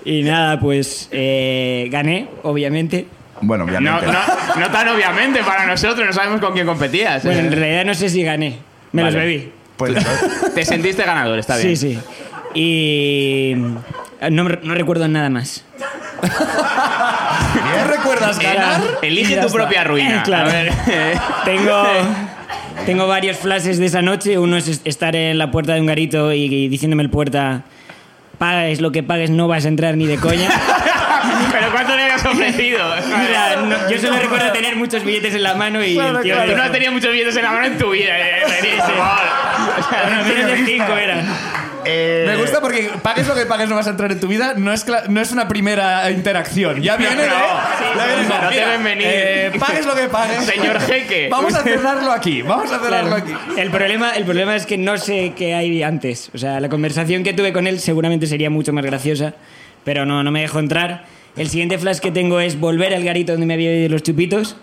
S8: Y nada, pues eh, gané, obviamente.
S1: Bueno,
S4: No,
S1: obviamente.
S4: no, no tan obviamente para nosotros, no sabemos con quién competías.
S8: Bueno,
S4: Eh,
S8: en realidad no sé si gané. Me los
S4: Vale.
S8: bebí.
S1: Pues,
S4: Te sentiste ganador, está bien.
S8: Sí, sí. Y eh, no, me- no recuerdo nada más.
S2: ¿Tú recuerdas ganar?
S8: Y
S4: Elige
S8: ya
S4: tu
S8: está.
S4: propia ruina.
S8: Eh, claro.
S4: A ver.
S8: Tengo, tengo varios flashes de esa noche. Uno es estar en la puerta de un garito y, y diciéndome el puerta, pagues lo que pagues, no vas a entrar ni de coña.
S4: ¿Pero cuánto le habías ofrecido?
S8: Mira, no- yo solo recuerdo tener muchos billetes en la mano y... el tío
S4: Tú no
S8: dijo-
S4: has tenido muchos billetes en la mano en tu vida. eh, Denis, por favor. O sea,
S8: Bueno, menos de cinco eran.
S1: eh,
S2: Me gusta porque pagues lo que pagues no vas a entrar en tu vida. No es, cla- no es una primera interacción. Ya viene, ¿eh?
S4: no. Sí,
S2: Ya
S4: sí,
S2: viene
S4: sí,
S2: con,
S4: no
S2: "Mira,
S4: deben venir".
S2: eh, pagues lo que pagues.
S4: Señor jeque.
S2: Vamos a cerrarlo aquí. Vamos a cerrarlo
S8: Claro.
S2: aquí.
S8: El problema, el problema es que no sé qué hay antes. O sea, la conversación que tuve con él seguramente sería mucho más graciosa, pero no, no me dejó entrar. El siguiente flash que tengo es volver al garito donde me había ido los chupitos.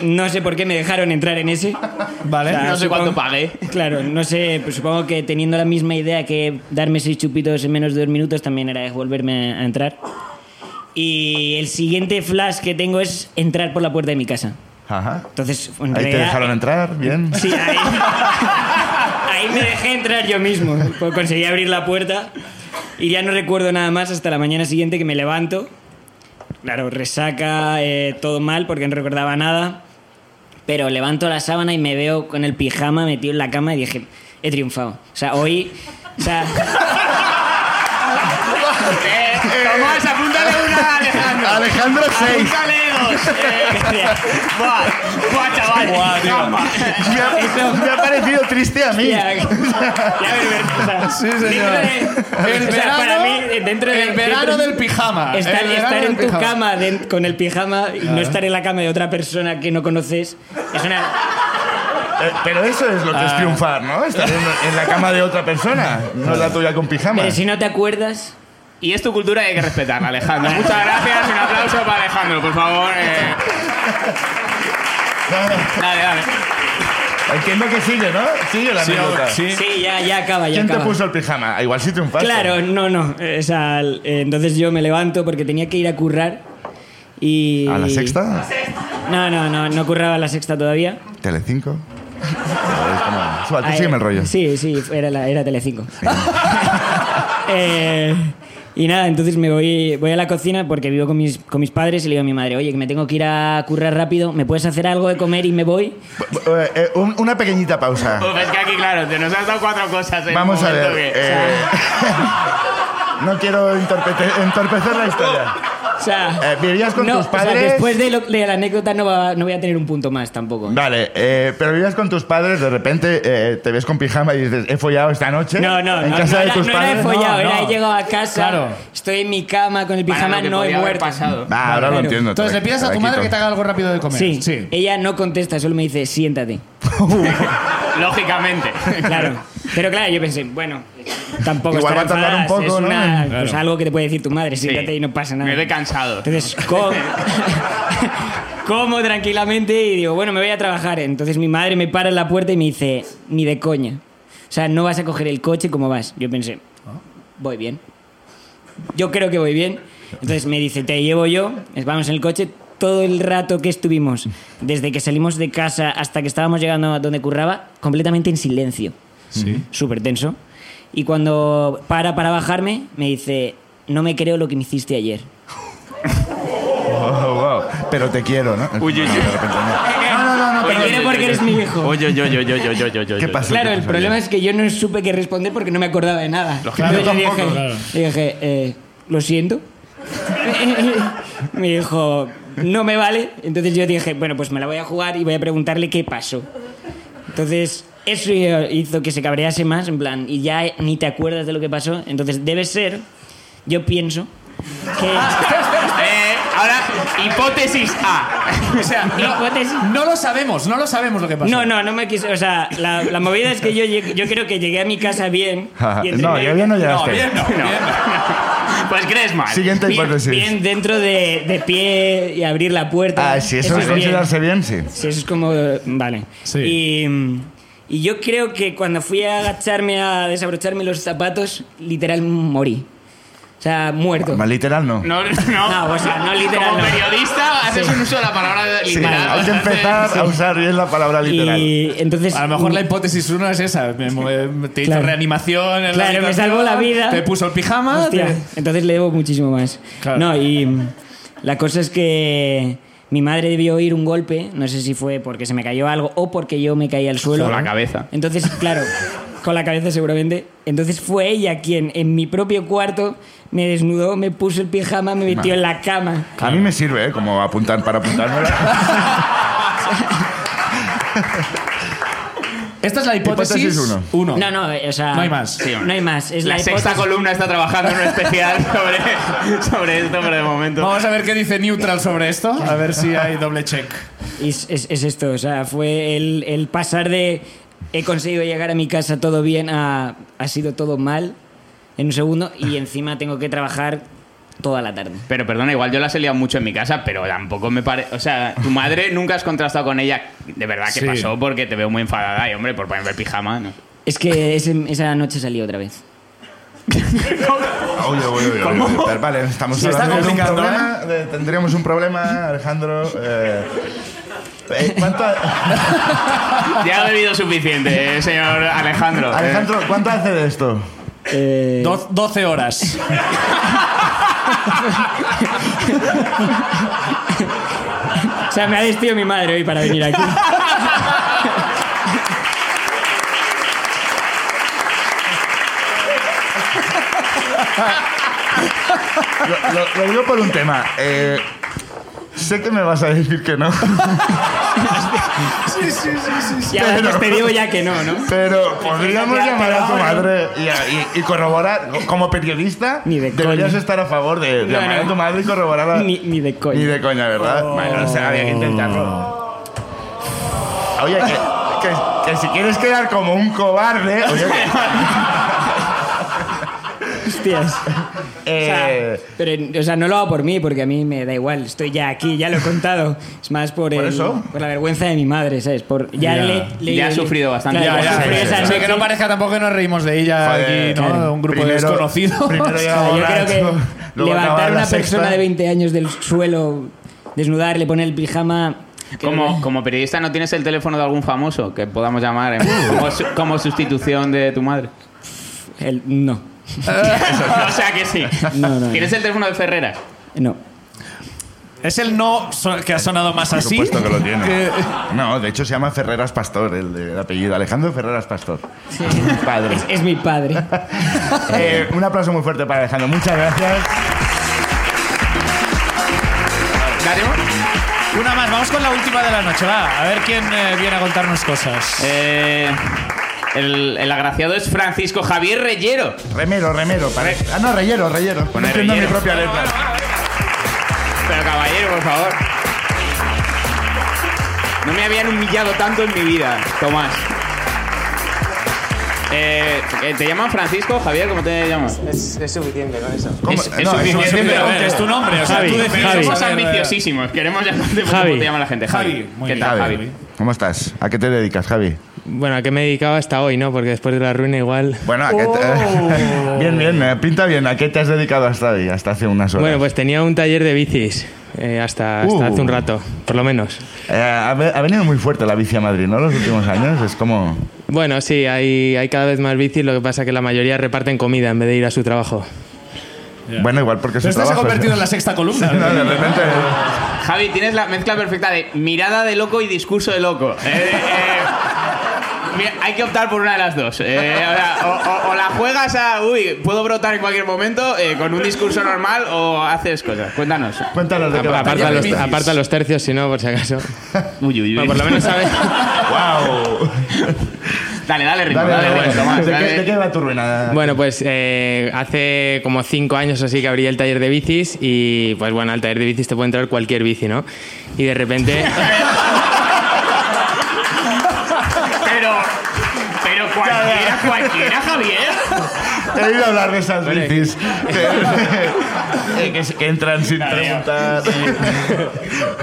S8: No sé por qué me dejaron entrar en ese.
S2: Vale.
S8: Claro.
S4: No sé cuánto pagué. Eh,
S8: Claro, no sé, pues supongo que teniendo la misma idea que darme seis chupitos en menos de dos minutos también era volverme a entrar. Y el siguiente flash que tengo es entrar por la puerta de mi casa.
S1: Ajá.
S8: Entonces, en
S1: Ahí te
S8: realidad,
S1: dejaron entrar, bien.
S8: Sí, ahí, ahí me dejé entrar yo mismo. Pues Conseguí abrir la puerta y ya no recuerdo nada más hasta la mañana siguiente que me levanto. Claro, resaca, eh, todo mal porque no recordaba nada. Pero levanto la sábana y me veo con el pijama metido en la cama y dije, he triunfado. O sea, hoy... O sea,
S4: Eh, Tomás, apúntale una a Alejandro. Alejandro.
S1: Alejandro seis.
S4: Alejandro. Eh, Buah, buah, chaval.
S2: Buah, tío.
S4: Gamba.
S1: Me ha, me ha parecido triste a mí.
S4: Ya, ya, o sea,
S2: Sí, señor.
S4: dentro de-
S2: El
S4: o sea, para
S2: verano-
S4: mí, dentro de-
S2: el verano del
S1: Ah,
S2: pijama.
S8: Estar,
S1: eh,
S2: El verano
S8: estar
S2: del
S8: en tu
S2: pijama.
S8: cama de- con el pijama y no estar en la cama de otra persona que no conoces es una...
S1: Eh, Pero eso es lo que
S8: Ah.
S1: es triunfar, ¿no? Estar en, en la cama de otra persona, no la tuya con pijama.
S8: Pero si no te acuerdas...
S4: Y es tu cultura y hay que respetarla, Alejandro. Muchas gracias. Un aplauso para Alejandro, por favor. eh.
S1: No, no,
S4: Dale, dale.
S1: Entiendo que sigue, ¿no? Sigue la
S2: Sí,
S1: anécdota.
S2: sí.
S8: Sí, ya, ya acaba, ya
S1: ¿Quién te
S8: acaba.
S1: puso el pijama? Ah, Igual si triunfaste.
S8: Claro, no, no. eh, O sea, el- eh, entonces yo me levanto porque tenía que ir a currar y...
S1: ¿A la sexta?
S8: No, no, no, no curraba a la sexta todavía.
S1: ¿Telecinco? Joder, es como- Suba, tú
S8: Ah, eh,
S1: sígueme el rollo.
S8: Sí, sí, era, la, era Telecinco. Eh, y nada, entonces me voy, voy a la cocina porque vivo con mis, con mis padres y le digo a mi madre, oye, que me tengo que ir a currar rápido, ¿me puedes hacer algo de comer y me voy?
S1: Eh, eh, un- una pequeñita pausa.
S4: Uf, es que aquí, claro, te nos has dado cuatro cosas. en
S1: Vamos
S4: un
S1: a ver.
S4: momento que-
S1: eh, no quiero entorpece- entorpecer la historia.
S8: O sea,
S1: Eh, ¿vivías con tus
S8: o sea,
S1: padres?
S8: después de, lo- de la anécdota no, va- no voy a tener un punto más tampoco.
S1: Vale, eh, pero vivías con tus padres, de repente eh, te ves con pijama y dices, he follado esta noche.
S8: No, no,
S1: en
S8: no,
S1: casa
S8: no
S1: de
S8: era,
S1: tus
S8: no era
S1: padres.
S8: he follado,
S2: No,
S8: era
S2: no.
S8: he llegado a casa,
S2: Claro.
S8: estoy en mi cama con el
S4: Para
S8: pijama,
S4: lo que
S8: no he
S4: podía haber
S8: muerto.
S4: pasado.
S1: Va, Ah, ahora lo
S8: Claro.
S1: entiendo.
S2: Entonces le pides a tu madre que te haga algo rápido de comer.
S8: Sí, ella no contesta, solo me dice, siéntate.
S4: Lógicamente.
S8: Claro. Pero claro, yo pensé, bueno, tampoco
S1: Igual
S8: estar
S1: va a tardar un
S8: enfadadas,
S1: poco,
S8: es
S1: ¿no?
S8: una-
S1: Claro.
S8: pues, algo que te puede decir tu madre,
S4: Sí.
S8: siéntate y no pasa nada.
S4: Me ve cansado.
S8: Entonces, co- como tranquilamente y digo, bueno, me voy a trabajar. Entonces mi madre me para en la puerta y me dice, ni de coña. O sea, no vas a coger el coche como vas. Yo pensé, voy bien. Yo creo que voy bien. Entonces me dice, te llevo yo, vamos en el coche. Todo el rato que estuvimos, desde que salimos de casa hasta que estábamos llegando a donde curraba, completamente en silencio. Sí. Súper tenso. Y cuando para para bajarme, me dice, no me creo lo que me hiciste ayer.
S1: Oh, wow. Pero te quiero, ¿no?
S4: Uy, uy, uy.
S1: No, de repente no. No, no, no, no,
S8: Te
S1: perdón.
S8: quiere porque eres mi hijo.
S4: Oye, oye, oye, oye, oye, oye, oye, oye.
S1: ¿Qué pasó?
S8: Claro,
S1: ¿Qué
S8: el
S1: pasó
S8: problema
S1: ayer?
S8: es que yo no supe qué responder porque no me acordaba de nada.
S1: Lógico.
S8: Entonces
S1: Yo
S8: dije,
S1: tampoco,
S8: dije, eh, lo siento. me dijo, no me vale. Entonces yo dije, bueno, pues me la voy a jugar y voy a preguntarle qué pasó. Entonces eso hizo que se cabrease más, en plan, y ya ni te acuerdas de lo que pasó. Entonces debe ser, yo pienso, que...
S4: Eh, ahora, hipótesis A.
S2: O sea,
S8: Hipótesis.
S2: no, no lo sabemos, no lo sabemos lo que pasó.
S8: No, no, no me quiso. O sea, la, la movida es que yo, lleg- yo creo que llegué a mi casa bien. y entre
S1: no,
S8: medio-
S1: yo bien no
S2: No,
S1: llegaste.
S2: bien, no, bien.
S4: Pues crees mal.
S1: Siguiente hipótesis.
S8: Bien dentro de, de pie y abrir la puerta.
S1: Ah, si eso, es
S8: bien.
S1: considerarse bien, sí.
S8: Si eso es como... Vale.
S2: Sí.
S8: Y, mm, y yo creo que cuando fui a agacharme a desabrocharme los zapatos, literal morí. O sea, muerto.
S1: Más literal no.
S4: No, no.
S8: No, o sea, no literal,
S4: Como
S8: no.
S4: periodista, haces
S8: Sí.
S4: un uso de la palabra
S1: Sí,
S4: literal.
S1: hay que
S4: bastante-
S1: empezar a usar bien la palabra literal.
S8: Y entonces...
S2: A lo mejor la hipótesis uno es esa. Me- me- Te hizo
S8: Claro.
S2: reanimación. en la
S8: Claro, me
S2: habitación,
S8: salvó la vida.
S2: Te puso el pijama.
S8: Hostia,
S2: te-
S8: entonces le debo muchísimo más.
S2: Claro.
S8: No, y mm, la cosa es que mi madre debió oír un golpe, no sé si fue porque se me cayó algo o porque yo me caí al suelo.
S4: Con la cabeza.
S8: Entonces, claro, con la cabeza seguramente. Entonces fue ella quien en mi propio cuarto me desnudó, me puso el pijama, me metió en la cama.
S1: A mí me sirve, ¿eh? Como apuntar para apuntarme.
S2: Esta es la hipótesis,
S1: Hipótesis uno.
S2: uno.
S8: No, no, o sea...
S2: No hay más.
S4: Sí, hombre.
S8: No hay más. Es la,
S4: La sexta
S8: hipótesis-
S4: columna está trabajando en un especial sobre, sobre esto, pero de momento.
S2: Vamos a ver qué dice Neutral sobre esto. A ver si hay doble check.
S8: Y Es, es- es esto, o sea, fue el, el pasar de he conseguido llegar a mi casa todo bien a ha sido todo mal en un segundo y encima tengo que trabajar toda la tarde.
S4: Pero perdona, igual yo las he liado mucho en mi casa, pero tampoco me parece. O sea, tu madre nunca has contrastado con ella de verdad qué
S2: Sí.
S4: pasó porque te veo muy enfadada y, hombre, por ponerme el pijama. ¿no?
S8: Es que ese- esa noche salí otra vez.
S1: Oye, oye, oye, oye, oye. Vale, estamos
S2: Se está
S1: hablando de un
S2: complicando,
S1: problema. de- tendríamos un problema, Alejandro. eh, eh, ¿cuánto ha-
S4: Ya ha bebido suficiente, eh, señor Alejandro. Eh,
S1: Alejandro, ¿cuánto hace de esto?
S8: Eh,
S2: Doz- 12 horas.
S8: o sea, me ha vestido mi madre hoy para venir aquí.
S1: Lo, lo- lo digo por un tema. Eh, sé que me vas a decir que no.
S2: Sí, sí, sí, sí. sí.
S4: Ya
S1: Pero-
S4: hemos pedido ya que no, ¿no?
S1: Pero podríamos
S4: Fíjate,
S1: llamar a tu
S4: ahora.
S1: madre y, a- y- y corroborar, como periodista,
S8: Ni de
S1: deberías
S8: coña.
S1: estar a favor de, de
S4: No,
S1: llamar a
S4: no. Oh.
S1: tu madre y corroborar la-
S8: Ni, ni de coña.
S1: Ah, Ni de coña, ¿verdad? Bueno, o sea, había que intentarlo. Oye, que, que- que si quieres quedar como un cobarde. oye, que-
S8: Hostias.
S1: eh,
S8: Pero, o sea, no lo hago por mí, porque a mí me da igual. Estoy ya aquí, ya lo he contado. Es más por,
S1: ¿Por
S8: el-
S1: eso?
S8: por la vergüenza de mi madre, ¿sabes? Por, ya
S2: Ya.
S8: le, le-
S4: Ya ha sufrido bastante.
S8: Claro,
S2: Ya,
S8: ya
S2: ya,
S8: sufrí
S2: sí,
S8: esa
S2: sí. O sea, que
S8: noche.
S2: no parezca tampoco que nos reímos de ella
S1: Joder,
S2: aquí, ¿no?
S1: claro.
S2: Un grupo
S1: Primero-
S2: de desconocidos.
S1: primero llega
S8: Claro, yo creo
S1: borracho,
S8: que
S1: luego acaba
S8: levantar
S1: la
S8: una
S1: sexta.
S8: persona de 20 años del suelo, desnudarle, poner el pijama. creo
S4: Como, como periodista, ¿no tienes el teléfono de algún famoso que podamos llamar en- como, su- como sustitución de tu madre?
S8: que- el- no,
S4: o sea que sí.
S8: No, no, no.
S4: ¿Tienes el teléfono de Ferreras?
S8: no.
S2: Es el no so- que ha sonado más
S1: Por
S2: así.
S1: supuesto que lo tiene. No, de hecho se llama Ferreras Pastor, el, de- el apellido. Alejandro Ferreras Pastor. Padre.
S8: Es mi padre.
S1: Eh, un aplauso muy fuerte para Alejandro. Muchas gracias.
S4: ¿Daremos?
S2: Una más, vamos con la última de la noche, va. A ver quién eh, viene a contarnos cosas.
S4: Eh, el, el agraciado es Francisco Javier Reyero.
S1: Remero, remero. pare- Ah, no, rellero, rellero. no
S4: Pone
S1: entiendo
S4: rellero.
S1: mi propia letra.
S4: Pero caballero, por favor. No me habían humillado tanto en mi vida, Tomás. Eh, eh, ¿Te llaman Francisco, Javier? ¿Cómo te llamas?
S9: Es, es suficiente con eso.
S1: ¿Cómo?
S4: Es- es
S1: No,
S4: suficiente,
S1: es suficiente.
S2: Pero, a ver, es tu nombre, o sea,
S8: Javi,
S2: tú decides.
S8: Javi.
S4: Somos
S2: A ver,
S4: ambiciosísimos. Queremos llamarte por
S9: Javi.
S4: cómo te llama la gente. Javi.
S2: Javi, muy
S4: ¿Qué
S2: bien.
S4: tal,
S1: Javi,
S4: Javi?
S1: ¿Cómo estás? ¿A qué te dedicas, Javi?
S9: Bueno, ¿a qué me dedicaba hasta hoy, no? Porque después de la ruina igual...
S1: Bueno, ¿a qué te- bien, bien, eh, pinta bien. ¿A qué te has dedicado hasta hoy? Hasta hace unas horas.
S9: Bueno, pues tenía un taller de bicis eh, hasta, hasta
S1: Uh.
S9: hace un rato, por lo menos.
S1: Eh, ha, ve- ha venido muy fuerte la bici a Madrid, ¿no? Los últimos años. Es como.
S9: Bueno, sí, hay, hay cada vez más bicis, lo que pasa que la mayoría reparten comida en vez de ir a su trabajo.
S2: Ya.
S1: Bueno, igual porque es
S2: Pero esto
S1: su
S2: se ha
S1: trabajo,
S2: convertido
S1: ¿sí?
S2: en la sexta columna.
S1: No, de repente.
S4: Javi, tienes la mezcla perfecta de mirada de loco y discurso de loco. Eh, eh, mira, hay que optar por una de las dos. Eh, o, sea, o- o- o la juegas a, uy, puedo brotar en cualquier momento eh, con un discurso normal o haces cosas. Cuéntanos.
S1: Cuéntanos de qué va.
S9: Aparta
S1: Taller
S9: los,
S1: de bicis.
S9: aparta los tercios, si no, por si acaso.
S4: Uy, uy, uy.
S9: Bueno, por lo menos sabes.
S1: ¡Wow!
S4: Dale, dale, ritmo,
S1: Dale,
S4: dale,
S1: dale,
S4: ritmo, Tomás,
S1: ¿De,
S4: dale.
S1: qué, de qué va tu ruina?
S9: Bueno, pues eh, hace como cinco años o así que abrí el taller de bicis y pues bueno, al taller de bicis te puede entrar cualquier bici, ¿no? Y de repente...
S4: Pero, pero cualquiera, cualquiera, Javier.
S1: He oído hablar de esas bicis. que, que- que entran sin preguntar.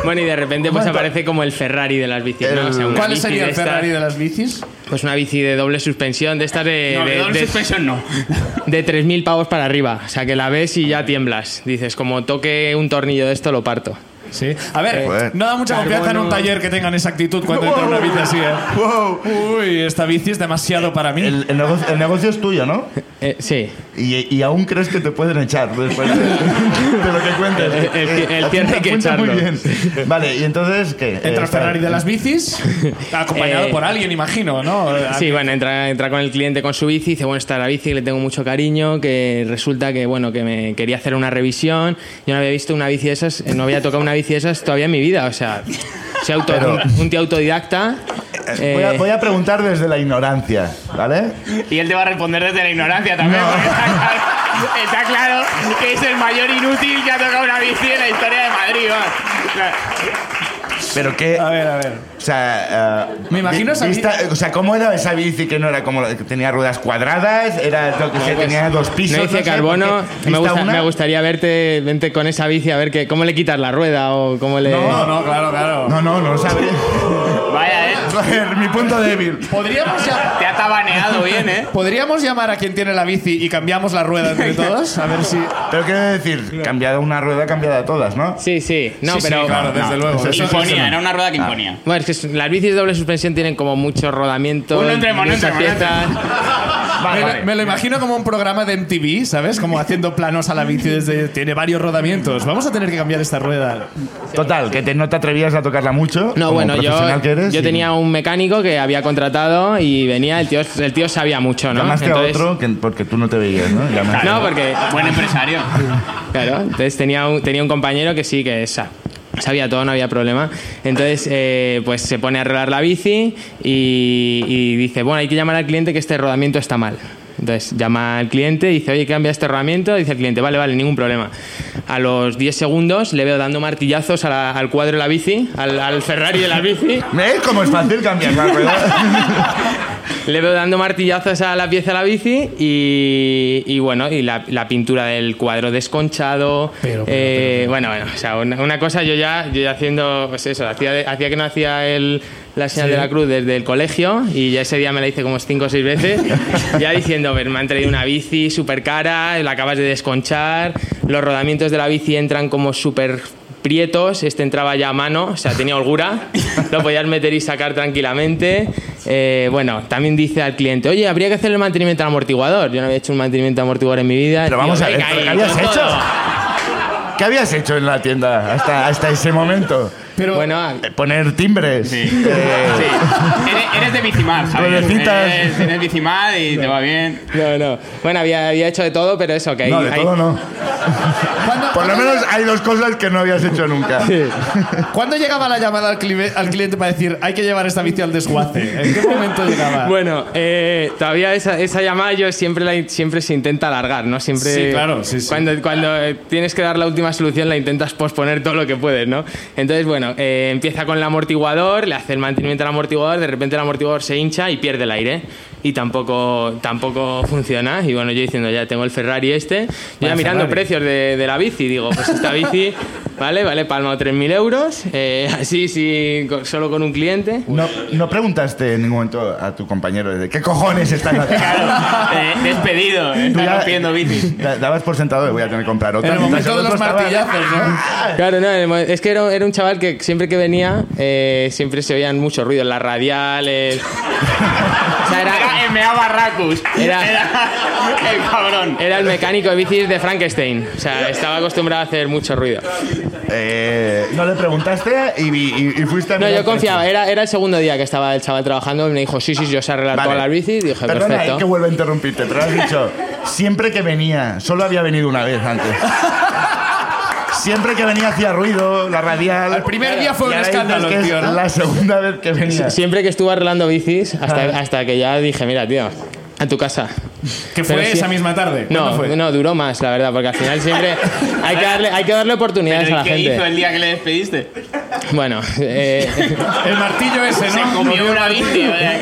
S9: Bueno, y de repente pues aparece como el Ferrari de las bicis, ¿no? O sea, una
S2: ¿Cuál
S9: bici
S2: sería
S9: de
S2: el
S9: estas-
S2: Ferrari de las bicis?
S9: Pues una bici de doble suspensión, de estas de...
S4: No,
S9: de-
S4: de doble
S9: de-
S4: suspensión no.
S9: de 3.000 pavos para arriba. O sea, que la ves y ya tiemblas. Dices, como toque un tornillo de esto, lo parto.
S2: Sí. A ver,
S1: Joder.
S2: no da mucha confianza en un taller que tengan esa actitud cuando entra una bici así, ¿eh?
S1: ¡Wow!
S2: Uy, esta bici es demasiado para mí.
S1: El, el negocio, el negocio es tuyo, ¿no?
S9: Eh, sí.
S1: Y, y aún crees que te pueden echar después de, de lo que cuentas.
S9: El- el- el- el tiene
S1: Apunta-
S9: que
S1: apunta muy
S9: echarlo.
S1: bien. Vale, y entonces, ¿qué? Eh,
S2: Entra el
S1: Está-
S2: Ferrari de las bicis, acompañado
S9: Eh,
S2: por alguien, imagino, ¿no?
S9: Sí, bueno, entra, entra con el cliente con su bici, dice, bueno, está la bici, que le tengo mucho cariño, que resulta que, bueno, que me quería hacer una revisión. Yo no había visto una bici de esas, eh, no había tocado una bici de esas todavía en mi vida. O sea, soy auto-
S1: Pero-
S9: un, un tío autodidacta.
S1: Voy a,
S9: eh,
S1: voy a preguntar desde la ignorancia, ¿vale?
S4: Y él te va a responder desde la ignorancia también,
S1: No.
S4: porque está claro, está claro que es el mayor inútil que ha tocado una bici en la historia de Madrid. vamos.
S1: Pero que,
S2: A ver, a ver.
S1: o sea, eh,
S2: Me imagino esa bici-
S1: vista- o sea, ¿cómo era esa bici que no era como la que tenía ruedas cuadradas? Era lo que se
S9: pues,
S1: tenía dos pisos.
S9: no hice
S1: sé,
S9: carbono.
S1: porque
S9: Me,
S1: vista
S9: gusta-
S1: una-
S9: me gustaría verte, vente con esa bici a ver que, cómo le quitas la rueda o cómo le.
S2: No, no, claro, claro.
S1: No, no, no lo sabría.
S4: Vaya, eh.
S1: Joder, mi punto débil.
S2: ¿Podríamos, ya-
S4: Te ha tabaneado bien, ¿eh?
S2: ¿Podríamos llamar a quien tiene la bici y cambiamos la rueda entre todos? A ver si...
S1: Pero quiero decir, cambiada una rueda, cambiada a todas, ¿no?
S9: Sí, sí. No,
S2: Sí, sí,
S9: pero.
S2: claro, desde luego. Eso- eso
S4: Imponía,
S2: no.
S4: era una rueda que imponía.
S9: Bueno, es que las bicis de doble suspensión tienen como mucho rodamiento.
S4: Uno entremos, uno
S9: muchas
S4: entremos, uno
S9: piezas.
S2: Me,
S10: Vale,
S2: lo-
S10: vale.
S2: me lo imagino como un programa de MTV, ¿sabes? Como haciendo planos a la bici desde... Tiene varios rodamientos. Vamos a tener que cambiar esta rueda.
S1: Total, que te- no te atrevías a tocarla mucho.
S9: No,
S1: como
S9: bueno, yo,
S1: profesional que eres,
S9: yo
S1: y-
S9: tenía un mecánico que había contratado y venía, el tío, el tío sabía mucho, ¿no?
S1: Llamaste
S9: Entonces-
S1: a otro que- porque tú no te veías, ¿no? Llamaste.
S9: No, porque...
S4: Buen empresario.
S9: Claro, entonces tenía un, tenía un compañero que sí, que sa- sabía todo, no había problema. Entonces, eh, pues se pone a arreglar la bici y, y dice, bueno, hay que llamar al cliente que este rodamiento está mal. Entonces llama al cliente y dice, oye, cambia este rodamiento. Dice el cliente, vale, vale, ningún problema. A los 10 segundos le veo dando martillazos a la- al cuadro de la bici, al, al Ferrari de la bici.
S1: ¿Ves ¿Eh? cómo es fácil cambiar la rueda?
S9: Le veo dando martillazos a la pieza de la bici y, y bueno, y la, la pintura del cuadro desconchado.
S2: Pero, pero,
S9: Eh, Bueno, bueno, o sea, una, una cosa yo ya, yo ya haciendo, pues eso, hacía, de- hacía que no hacía el, la señal de la cruz desde el colegio y ya ese día me la hice como cinco o seis veces, ya diciendo, "Ver, me han traído una bici súper cara, la acabas de desconchar, los rodamientos de la bici entran como súper prietos, este entraba ya a mano, o sea, tenía holgura, lo podías meter y sacar tranquilamente. Eh, bueno, también dice al cliente, oye, habría que hacer el mantenimiento al amortiguador. Yo no había hecho un mantenimiento al amortiguador en mi vida.
S1: Pero
S9: El tío,
S1: vamos a ver,
S9: "Venga,
S1: ¿pero
S9: ahí,
S1: ¿qué habías
S9: con
S1: hecho?
S9: todo".
S1: ¿Qué habías hecho en la tienda hasta, hasta ese momento?
S2: Pero...
S9: Bueno, ah,
S1: Eh, Poner timbres. eh,
S4: Sí. Eres, eres de Bicimar, Javier.
S1: Ruedecitas.
S4: Eres, eres Bicimar y te va bien.
S9: No, no. Bueno, había, había hecho de todo, pero eso, que hay,
S1: No, de
S9: hay-
S1: todo no. Por lo menos hay dos cosas que no habías hecho nunca.
S2: ¿Cuándo llegaba la llamada al, clive- al cliente para decir hay que llevar esta bici al desguace? ¿En qué momento llegaba?
S9: Bueno, eh, todavía esa, esa llamada yo siempre, la, siempre se intenta alargar, ¿no? Siempre,
S2: Sí, claro, sí, sí.
S9: Cuando, cuando eh, tienes que dar la última solución la intentas posponer todo lo que puedes, ¿no? Entonces, bueno, eh, empieza con el amortiguador, le hace el mantenimiento al amortiguador, de repente el amortiguador se hincha y pierde el aire. Y tampoco, tampoco funciona. Y bueno, yo diciendo, ya tengo el Ferrari este. Yo ya mirando
S2: Ferrari.
S9: precios de, de la bici, digo, pues esta bici, ¿vale? Vale, palma 3.000 euros, eh, así, sí, con- solo con un cliente.
S1: No, no preguntaste en ningún momento a tu compañero de qué cojones estás haciendo.
S4: Eh, despedido.
S1: Tú
S4: Estás
S1: ya-
S4: rompiendo bici.
S1: da- Dabas por sentado de voy a tener que comprar otra.
S2: En el
S1: Mientras
S2: momento de
S1: el
S2: los
S1: otro estaba-
S2: martillazos, ¿no?
S9: Claro, no, en el mo- es que era, era un chaval que siempre que venía, eh, siempre se oían muchos ruidos, las radiales. o sea,
S4: Era
S9: era,
S4: M.A. Barracus.
S9: Era-
S4: Era el cabrón.
S9: era el mecánico de bicis de Frankenstein. O sea, estaba acostumbrado a hacer mucho ruido.
S1: Eh, no le preguntaste y, vi- y- y fuiste a
S9: No,
S1: mirar
S9: yo confiaba,
S1: precios.
S9: era, era el segundo día que estaba el chaval trabajando. Me dijo, sí, sí, yo sé arreglar
S1: Vale.
S9: todas las bicis. Dije,
S1: Perdona,
S9: perfecto.
S1: es que vuelvo a interrumpirte, pero has dicho, siempre que venía, solo había venido una vez antes. Siempre que venía hacía ruido, la radial.
S2: El primer día fue
S1: Y
S2: un
S1: ahora
S2: escándalo,
S1: dices que
S2: tío,
S1: es
S2: ¿no?
S1: La segunda vez que venía.
S9: Siempre que estuve arreglando bicis,
S1: Ah.
S9: hasta, hasta que ya dije, mira, tío, a tu casa.
S2: Que fue
S9: Pero sí-
S2: esa misma tarde. ¿Cuándo
S9: No,
S2: fue?
S9: no, duró más, la verdad, porque al final siempre hay que darle, hay que darle oportunidades
S4: Pero
S9: a
S4: ¿y
S9: la
S4: ¿Qué
S9: gente.
S4: hizo el día que le despediste?
S9: Bueno, eh,
S2: El martillo ese, ¿no?
S4: Se comió una bici. o sea,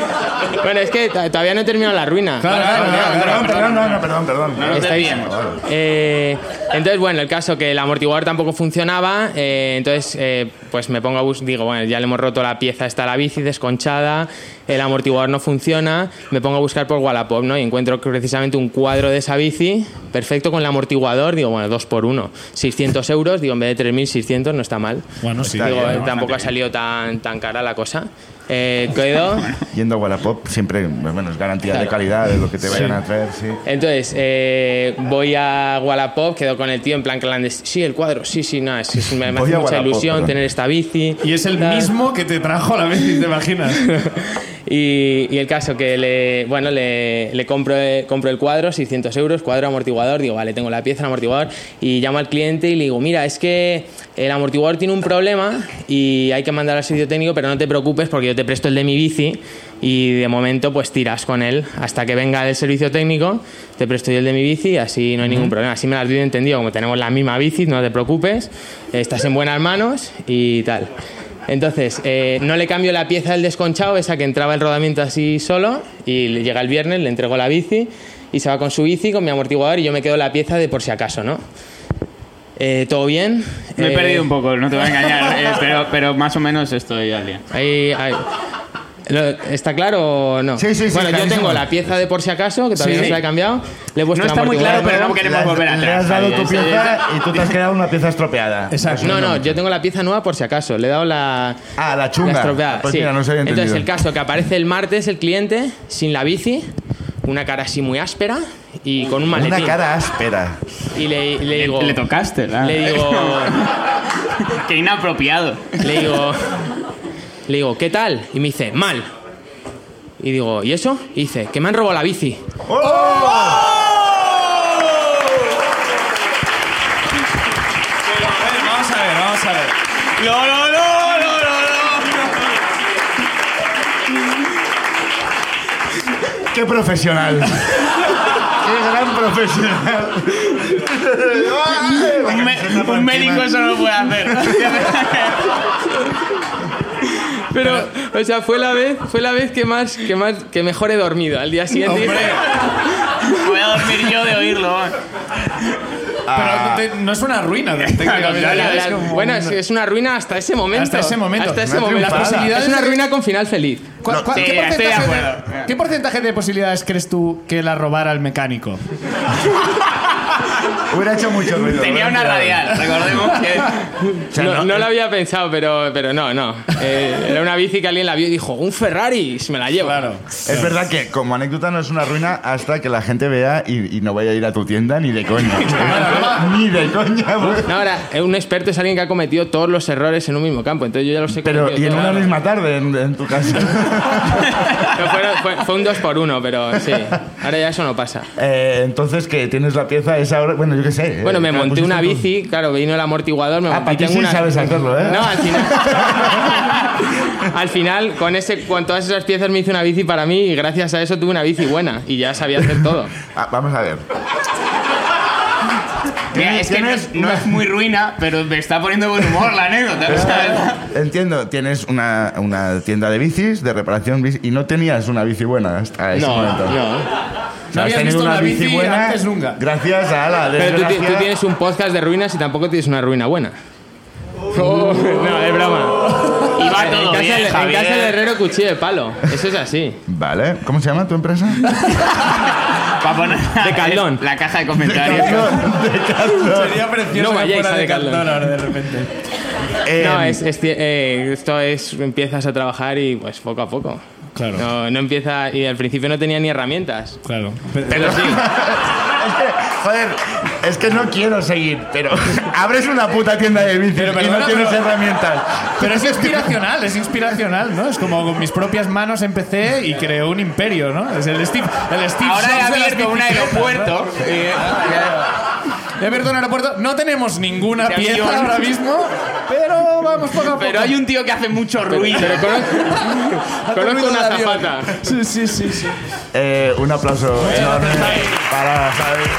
S9: Bueno, es que t- todavía no he terminado la ruina.
S2: Claro, claro, claro, claro.
S1: Perdón, perdón, no, no, perdón, perdón.
S4: No nos
S9: Estáis-
S4: desviemos.
S9: Eh, entonces, bueno, el caso que el amortiguador tampoco funcionaba, eh, entonces eh, pues me pongo a buscar, digo, bueno, ya le hemos roto la pieza, está la bici desconchada, el amortiguador no funciona, me pongo a buscar por Wallapop, ¿no? Y encuentro que precisamente un cuadro de esa bici, perfecto con el amortiguador, digo, bueno, dos por uno, 600 euros, digo, en vez de 3.600 no está mal.
S2: Bueno, sí.
S9: Digo,
S1: bien,
S9: eh,
S1: ¿no?
S9: tampoco ha salido tan, tan cara la cosa. Eh, quedó...
S1: Yendo a Wallapop siempre, bueno, es garantía de
S9: Claro.
S1: calidad de lo que te vayan a traer, sí.
S9: Entonces, eh, voy a Wallapop, quedo con el tío en plan clandestino. Sí, el cuadro, sí, sí, nada, es- es- me, me
S1: Voy
S9: hace
S1: a
S9: mucha
S1: Wallapop,
S9: ilusión
S1: perdón.
S9: tener esta bici.
S2: Y es el
S9: tal.
S2: mismo que te trajo la bici, ¿te imaginas?
S9: y, y el caso que le, bueno, le, le compro, eh, compro el cuadro, 600 euros, cuadro amortiguador, digo, vale, tengo la pieza, el amortiguador, y llamo al cliente y le digo, mira, es que el amortiguador tiene un problema y hay que mandar al sitio técnico, pero no te preocupes porque yo te presto el de mi bici y de momento pues tiras con él hasta que venga el servicio técnico, te presto yo el de mi bici y así no hay ningún problema, así me las doy de entendido, como tenemos la misma bici, no te preocupes, estás en buenas manos y tal. Entonces, eh, no le cambio la pieza del desconchado, esa que entraba el rodamiento así solo, y le llega el viernes, le entrego la bici, y se va con su bici, con mi amortiguador, y yo me quedo la pieza de por si acaso, ¿no? Eh, ¿Todo bien?
S4: Me he
S9: Eh,
S4: perdido un poco, no te voy a engañar. eh, pero, pero más o menos estoy al día.
S9: ahí- ahí. Lo- ¿Está claro o no?
S1: Sí, sí, sí,
S9: Bueno, yo
S1: clarísimo.
S9: tengo la pieza de por si acaso, que todavía
S4: Sí.
S9: no se la he cambiado. Le he puesto
S4: No
S9: el
S4: está muy claro,
S9: amortiguador
S4: pero
S9: nuevo.
S4: no
S1: Le
S4: queremos
S1: has-
S4: volver atrás.
S1: Le has dado tu
S4: Javier, ese-
S1: pieza y tú te has quedado una pieza estropeada.
S2: Exacto.
S9: Pues No, no, yo tengo la pieza nueva por si acaso. Le he dado la.
S1: Ah, la
S9: la
S1: chunga.
S9: estropeada,
S1: Pues
S9: sí.
S1: mira, no se había entendido.
S9: Entonces, el caso que aparece el martes el cliente sin la bici, una cara así muy áspera y con un maletín.
S1: Una cara áspera.
S9: Y le, le digo...
S4: Le tocaste, ¿verdad?
S9: Le digo...
S4: Qué inapropiado.
S9: Le digo... Le digo, ¿qué tal? Y me dice, mal. Y digo, ¿y eso? Y dice, que me han robado la bici.
S2: Pero, a ver, vamos a ver, vamos a ver.
S4: No, no, no, no,
S1: ¡Qué profesional! ¡Qué gran profesional!
S4: Un, me- un médico eso no lo puede hacer.
S9: Pero, o sea, fue la vez, fue la vez que más, que más, que mejor he dormido. Al día siguiente dije,
S4: Voy a dormir yo de oírlo.
S2: Pero te- no es una ruina, técnicamente.
S4: Ya, ya,
S2: es
S9: la-
S2: como
S9: bueno,
S2: una-
S9: es, es una ruina hasta ese momento.
S2: Hasta ese momento.
S9: Hasta ese
S1: Una
S9: momento.
S1: triunfada.
S9: Las posibilidades- Es una ruina con final feliz.
S2: ¿Cuál- cuál-
S4: sí,
S2: ¿qué,
S4: estoy de
S2: porcentaje
S4: acuerdo.
S2: de, qué porcentaje de posibilidades crees tú que la robara el mecánico?
S1: Hubiera hecho mucho ruido. hubiera
S4: Tenía una
S1: quedado.
S4: radial, recordemos que.
S1: O sea,
S9: no, eh.
S1: no-
S9: no lo había pensado, pero, pero no, no. Eh, era una bici que alguien la vio y dijo, un Ferrari, se me la llevo.
S2: Claro.
S1: Es verdad que como anécdota no es una ruina hasta que la gente vea y, y no vaya a ir a tu tienda ni de coña. ni de coña. pues.
S9: No, ahora, eh, un experto es alguien que ha cometido todos los errores en un mismo campo, entonces yo ya lo sé.
S1: Pero y en una
S9: Claro.
S1: misma tarde en, en tu casa.
S9: No, fueron- fue, fue un 2 por 1 pero sí. Ahora ya eso no pasa.
S1: Eh, entonces que tienes la pieza esa hora, bueno yo qué sé. eh,
S9: Bueno, me
S1: te la
S9: monté
S1: pusiste
S9: una
S1: tú.
S9: bici, claro, vino el amortiguador, me
S1: Ah,
S9: monté
S1: para
S9: y
S1: ti
S9: tengo
S1: sí
S9: una-
S1: sabes hacerlo, ¿eh?
S9: No, al final. al final, con, ese, con todas esas piezas me hice una bici para mí y gracias a eso tuve una bici buena y ya sabía hacer todo.
S1: Ah, vamos a ver.
S4: Mira, es que no es, no es muy ruina, pero me está poniendo buen humor la anécdota.
S1: Pero es
S4: la verdad.
S1: que, Entiendo, tienes una, una tienda de bicis, de reparación bici, y no tenías una bici buena hasta ese
S9: No,
S1: momento.
S9: no.
S1: No
S2: habías
S1: tenido
S2: visto una bici antes nunca.
S1: Gracias a la
S9: Pero tú, ti-
S1: desgracia.
S9: tú tienes un podcast de ruinas y tampoco tienes una ruina buena. Oh, no, es broma.
S4: Y va
S9: En
S4: todo
S9: casa,
S4: bien,
S9: en
S4: Javier.
S9: casa del herrero cuchillo de palo. Eso es así.
S1: Vale, ¿cómo se llama tu empresa?
S4: Pa' poner
S9: De Caldón.
S4: La caja de comentarios.
S2: Sería precioso
S9: No
S2: que
S9: vayáis
S2: fuera
S9: a
S2: de
S9: Decathlon.
S2: Cantón ahora de repente.
S1: Eh,
S9: No, es, es tie- eh, esto es, empiezas a trabajar y pues poco a poco.
S2: Claro.
S9: No, no empieza, y al principio no tenía ni herramientas.
S2: Claro.
S9: Pero sí.
S1: es que, joder, es que no quiero seguir, pero abres una puta tienda de bicis y
S2: perdona,
S1: no tienes
S2: pero-
S1: herramientas.
S2: Pero es inspiracional, es inspiracional, ¿no? Es como con mis propias manos empecé y creé un imperio, ¿no? Es el Steve, el Steve
S4: Ahora he
S2: Jobs de las
S4: abierto un
S2: bicicletas, ¿no?
S4: aeropuerto. eh,
S2: He abierto un aeropuerto. No tenemos ninguna
S4: De
S2: pieza
S4: avión.
S2: ahora mismo, pero vamos poco a poco.
S4: Pero hay un tío que hace mucho ruido.
S9: Pero conozco,
S2: Ha
S9: conozco
S2: comido
S9: una
S2: el avión.
S9: zapata.
S2: Sí, sí, sí, sí.
S1: Eh, un aplauso enorme para Javi.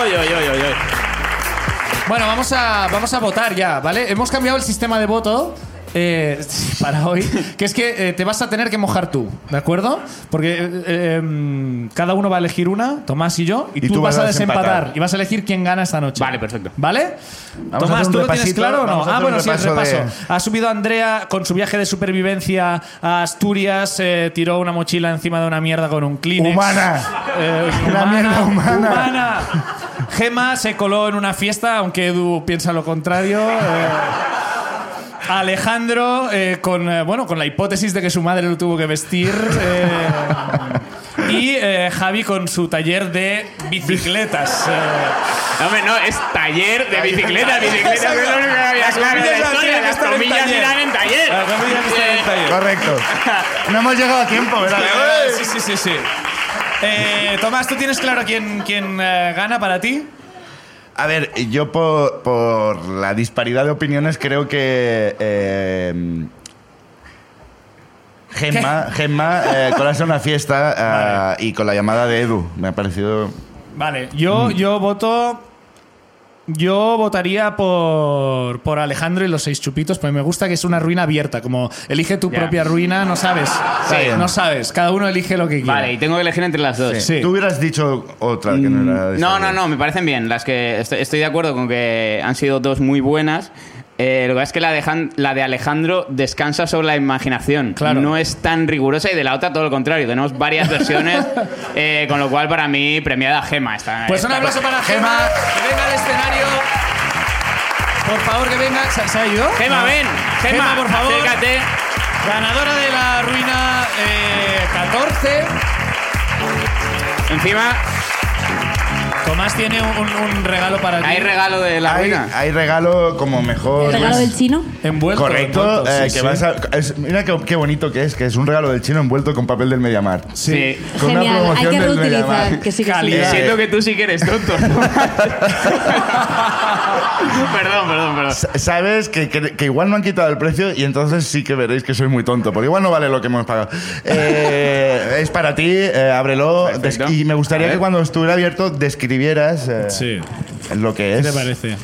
S9: Oye, oye, oye, oye.
S2: Bueno, vamos a, vamos a votar ya, ¿vale? Hemos cambiado el sistema de voto eh, para hoy, que es que eh, te vas a tener que mojar tú, ¿de acuerdo? Porque eh, eh, cada uno va a elegir una, Tomás y yo, y, tú, vas, a desempatar, y vas a elegir quién gana esta noche.
S4: Vale, perfecto.
S2: ¿Vale?
S1: Vamos a
S2: Tomás,
S1: hacer un
S2: ¿tú lo tienes
S1: repasito,
S2: claro o no?
S1: vamos a hacer
S2: Ah,
S1: un
S2: bueno, sí, el
S1: repaso
S2: repaso.
S1: de-
S2: Ha subido Andrea con su viaje de supervivencia a Asturias, eh, tiró una mochila encima de una mierda con un Kleenex.
S1: Humana.
S2: Eh,
S1: Una mierda humana.
S2: humana. Gema se coló en una fiesta, aunque Edu piensa lo contrario. Eh, Alejandro, eh, con, eh, bueno, con la hipótesis de que su madre lo tuvo que vestir. eh, y eh, Javi con su taller de bicicletas. eh.
S4: No, hombre, no, es taller de bicicleta. Bicicleta que es lo único que había
S2: Las
S4: claro en la
S2: comillas no
S4: historia.
S2: tienen que
S4: Las
S2: estar en
S4: comillas
S2: taller.
S4: irán en taller.
S2: Las comillas están en
S4: Eh,
S2: taller.
S1: Correcto. No hemos llegado a tiempo, ¿verdad?
S2: Sí, sí, sí, sí. Eh, Tomás, ¿tú tienes claro quién, quién eh, gana para ti?
S1: A ver, yo por, por la disparidad de opiniones creo que... eh, Gemma, Gemma eh, colarse a una fiesta eh, y con la llamada de Edu. Me ha parecido...
S2: Vale,
S4: Mm.
S2: yo, yo voto. Yo votaría por, por Alejandro y los seis chupitos, porque me gusta que es una ruina abierta. Como elige tu
S4: Ya.
S2: propia ruina, no sabes.
S1: bien.
S2: no sabes. Cada uno elige lo que quiere.
S4: Vale, y tengo que elegir entre las dos.
S2: Sí.
S1: Tú hubieras dicho otra que no era... esa.
S4: Mm, No, no, no, me parecen bien. Las que estoy, estoy de acuerdo con que han sido dos muy buenas. Eh, lo que pasa es que la de, Jan- la de Alejandro descansa sobre la imaginación.
S2: Claro.
S4: No es tan rigurosa y de la otra todo lo contrario. Tenemos varias versiones, eh, con lo cual para mí premiada Gema. Esta, eh.
S2: Pues un
S4: esta-
S2: aplauso para Gema, que venga al escenario. Por favor, que venga. ¿Se, se ha ido?
S4: Gema,
S2: No.
S4: ven. Gema,
S2: Gema, por favor.
S4: acércate.
S2: Ganadora de la ruina eh, 14.
S4: Encima
S2: Tomás tiene un, un- un regalo para ti.
S4: hay regalo de la
S1: Hay,
S4: ruina.
S1: hay regalo como mejor.
S6: ¿Regalo del chino?
S2: Envuelto.
S1: Correcto,
S2: envuelto,
S1: eh,
S2: sí,
S1: que
S2: sí.
S1: vas a- es- mira qué, qué bonito que es, que es un regalo del chino envuelto con papel del Mediamar.
S4: Sí.
S1: Con una
S6: Genial, hay
S1: promoción
S6: que
S1: del
S6: reutilizar.
S1: Mediamar.
S6: Que sí, que sí.
S1: Calidad.
S4: Siento que tú sí que eres tonto. ¿no? perdón, perdón,
S2: Ah.
S4: perdón.
S1: Sa- Sabes que, que- que igual no han quitado el precio y entonces sí que veréis que soy muy tonto, porque igual no vale lo que hemos pagado. Eh, es para ti, eh, ábrelo.
S4: Perfecto.
S1: des- Y me
S4: A
S1: gustaría
S4: ver.
S1: que cuando estuviera abierto describieras eh,
S2: Sí.
S1: lo que
S2: ¿Qué
S1: es.
S2: te parece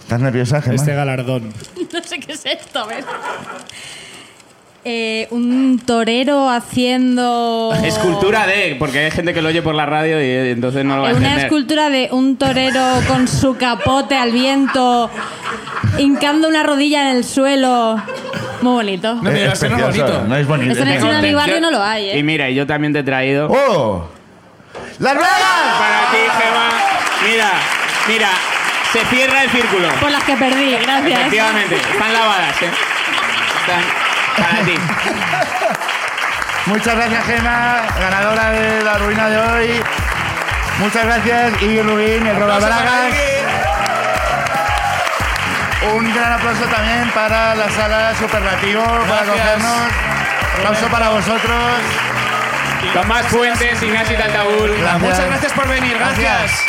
S1: ¿Estás nerviosa, Gemma?
S2: este galardón?
S6: No sé qué es esto, a ver. Eh, un torero haciendo.
S4: Escultura de, porque hay gente que lo oye por la radio y eh, entonces no lo va a
S6: Eh, Una
S4: entender.
S6: escultura de un torero con su capote al viento, hincando una rodilla en el suelo. Muy bonito.
S2: No me
S1: Eh,
S2: digas que no es
S1: precioso,
S2: bonito.
S1: No es bonito.
S6: Eso en el
S1: Venga.
S6: chino de mi barrio no lo hay,
S4: Y
S6: ¿eh?
S4: mira, yo también te he traído
S1: ¡Oh! ¡Las ruedas!
S4: para ti, Gemma. Mira, mira, se cierra el círculo.
S6: Por las que perdí, gracias.
S4: Efectivamente, están lavadas, ¿eh? Están para ti.
S1: Muchas gracias, Gemma, ganadora de la ruina de hoy. Muchas gracias, Iggy Rubín, el Roba Bragas. Un gran aplauso también para la sala Superlativo, para
S2: Gracias.
S1: acogernos. Aplauso para vosotros.
S4: Tomás Fuentes, Ignacio Taltabul.
S1: Gracias.
S2: Muchas gracias por venir, gracias.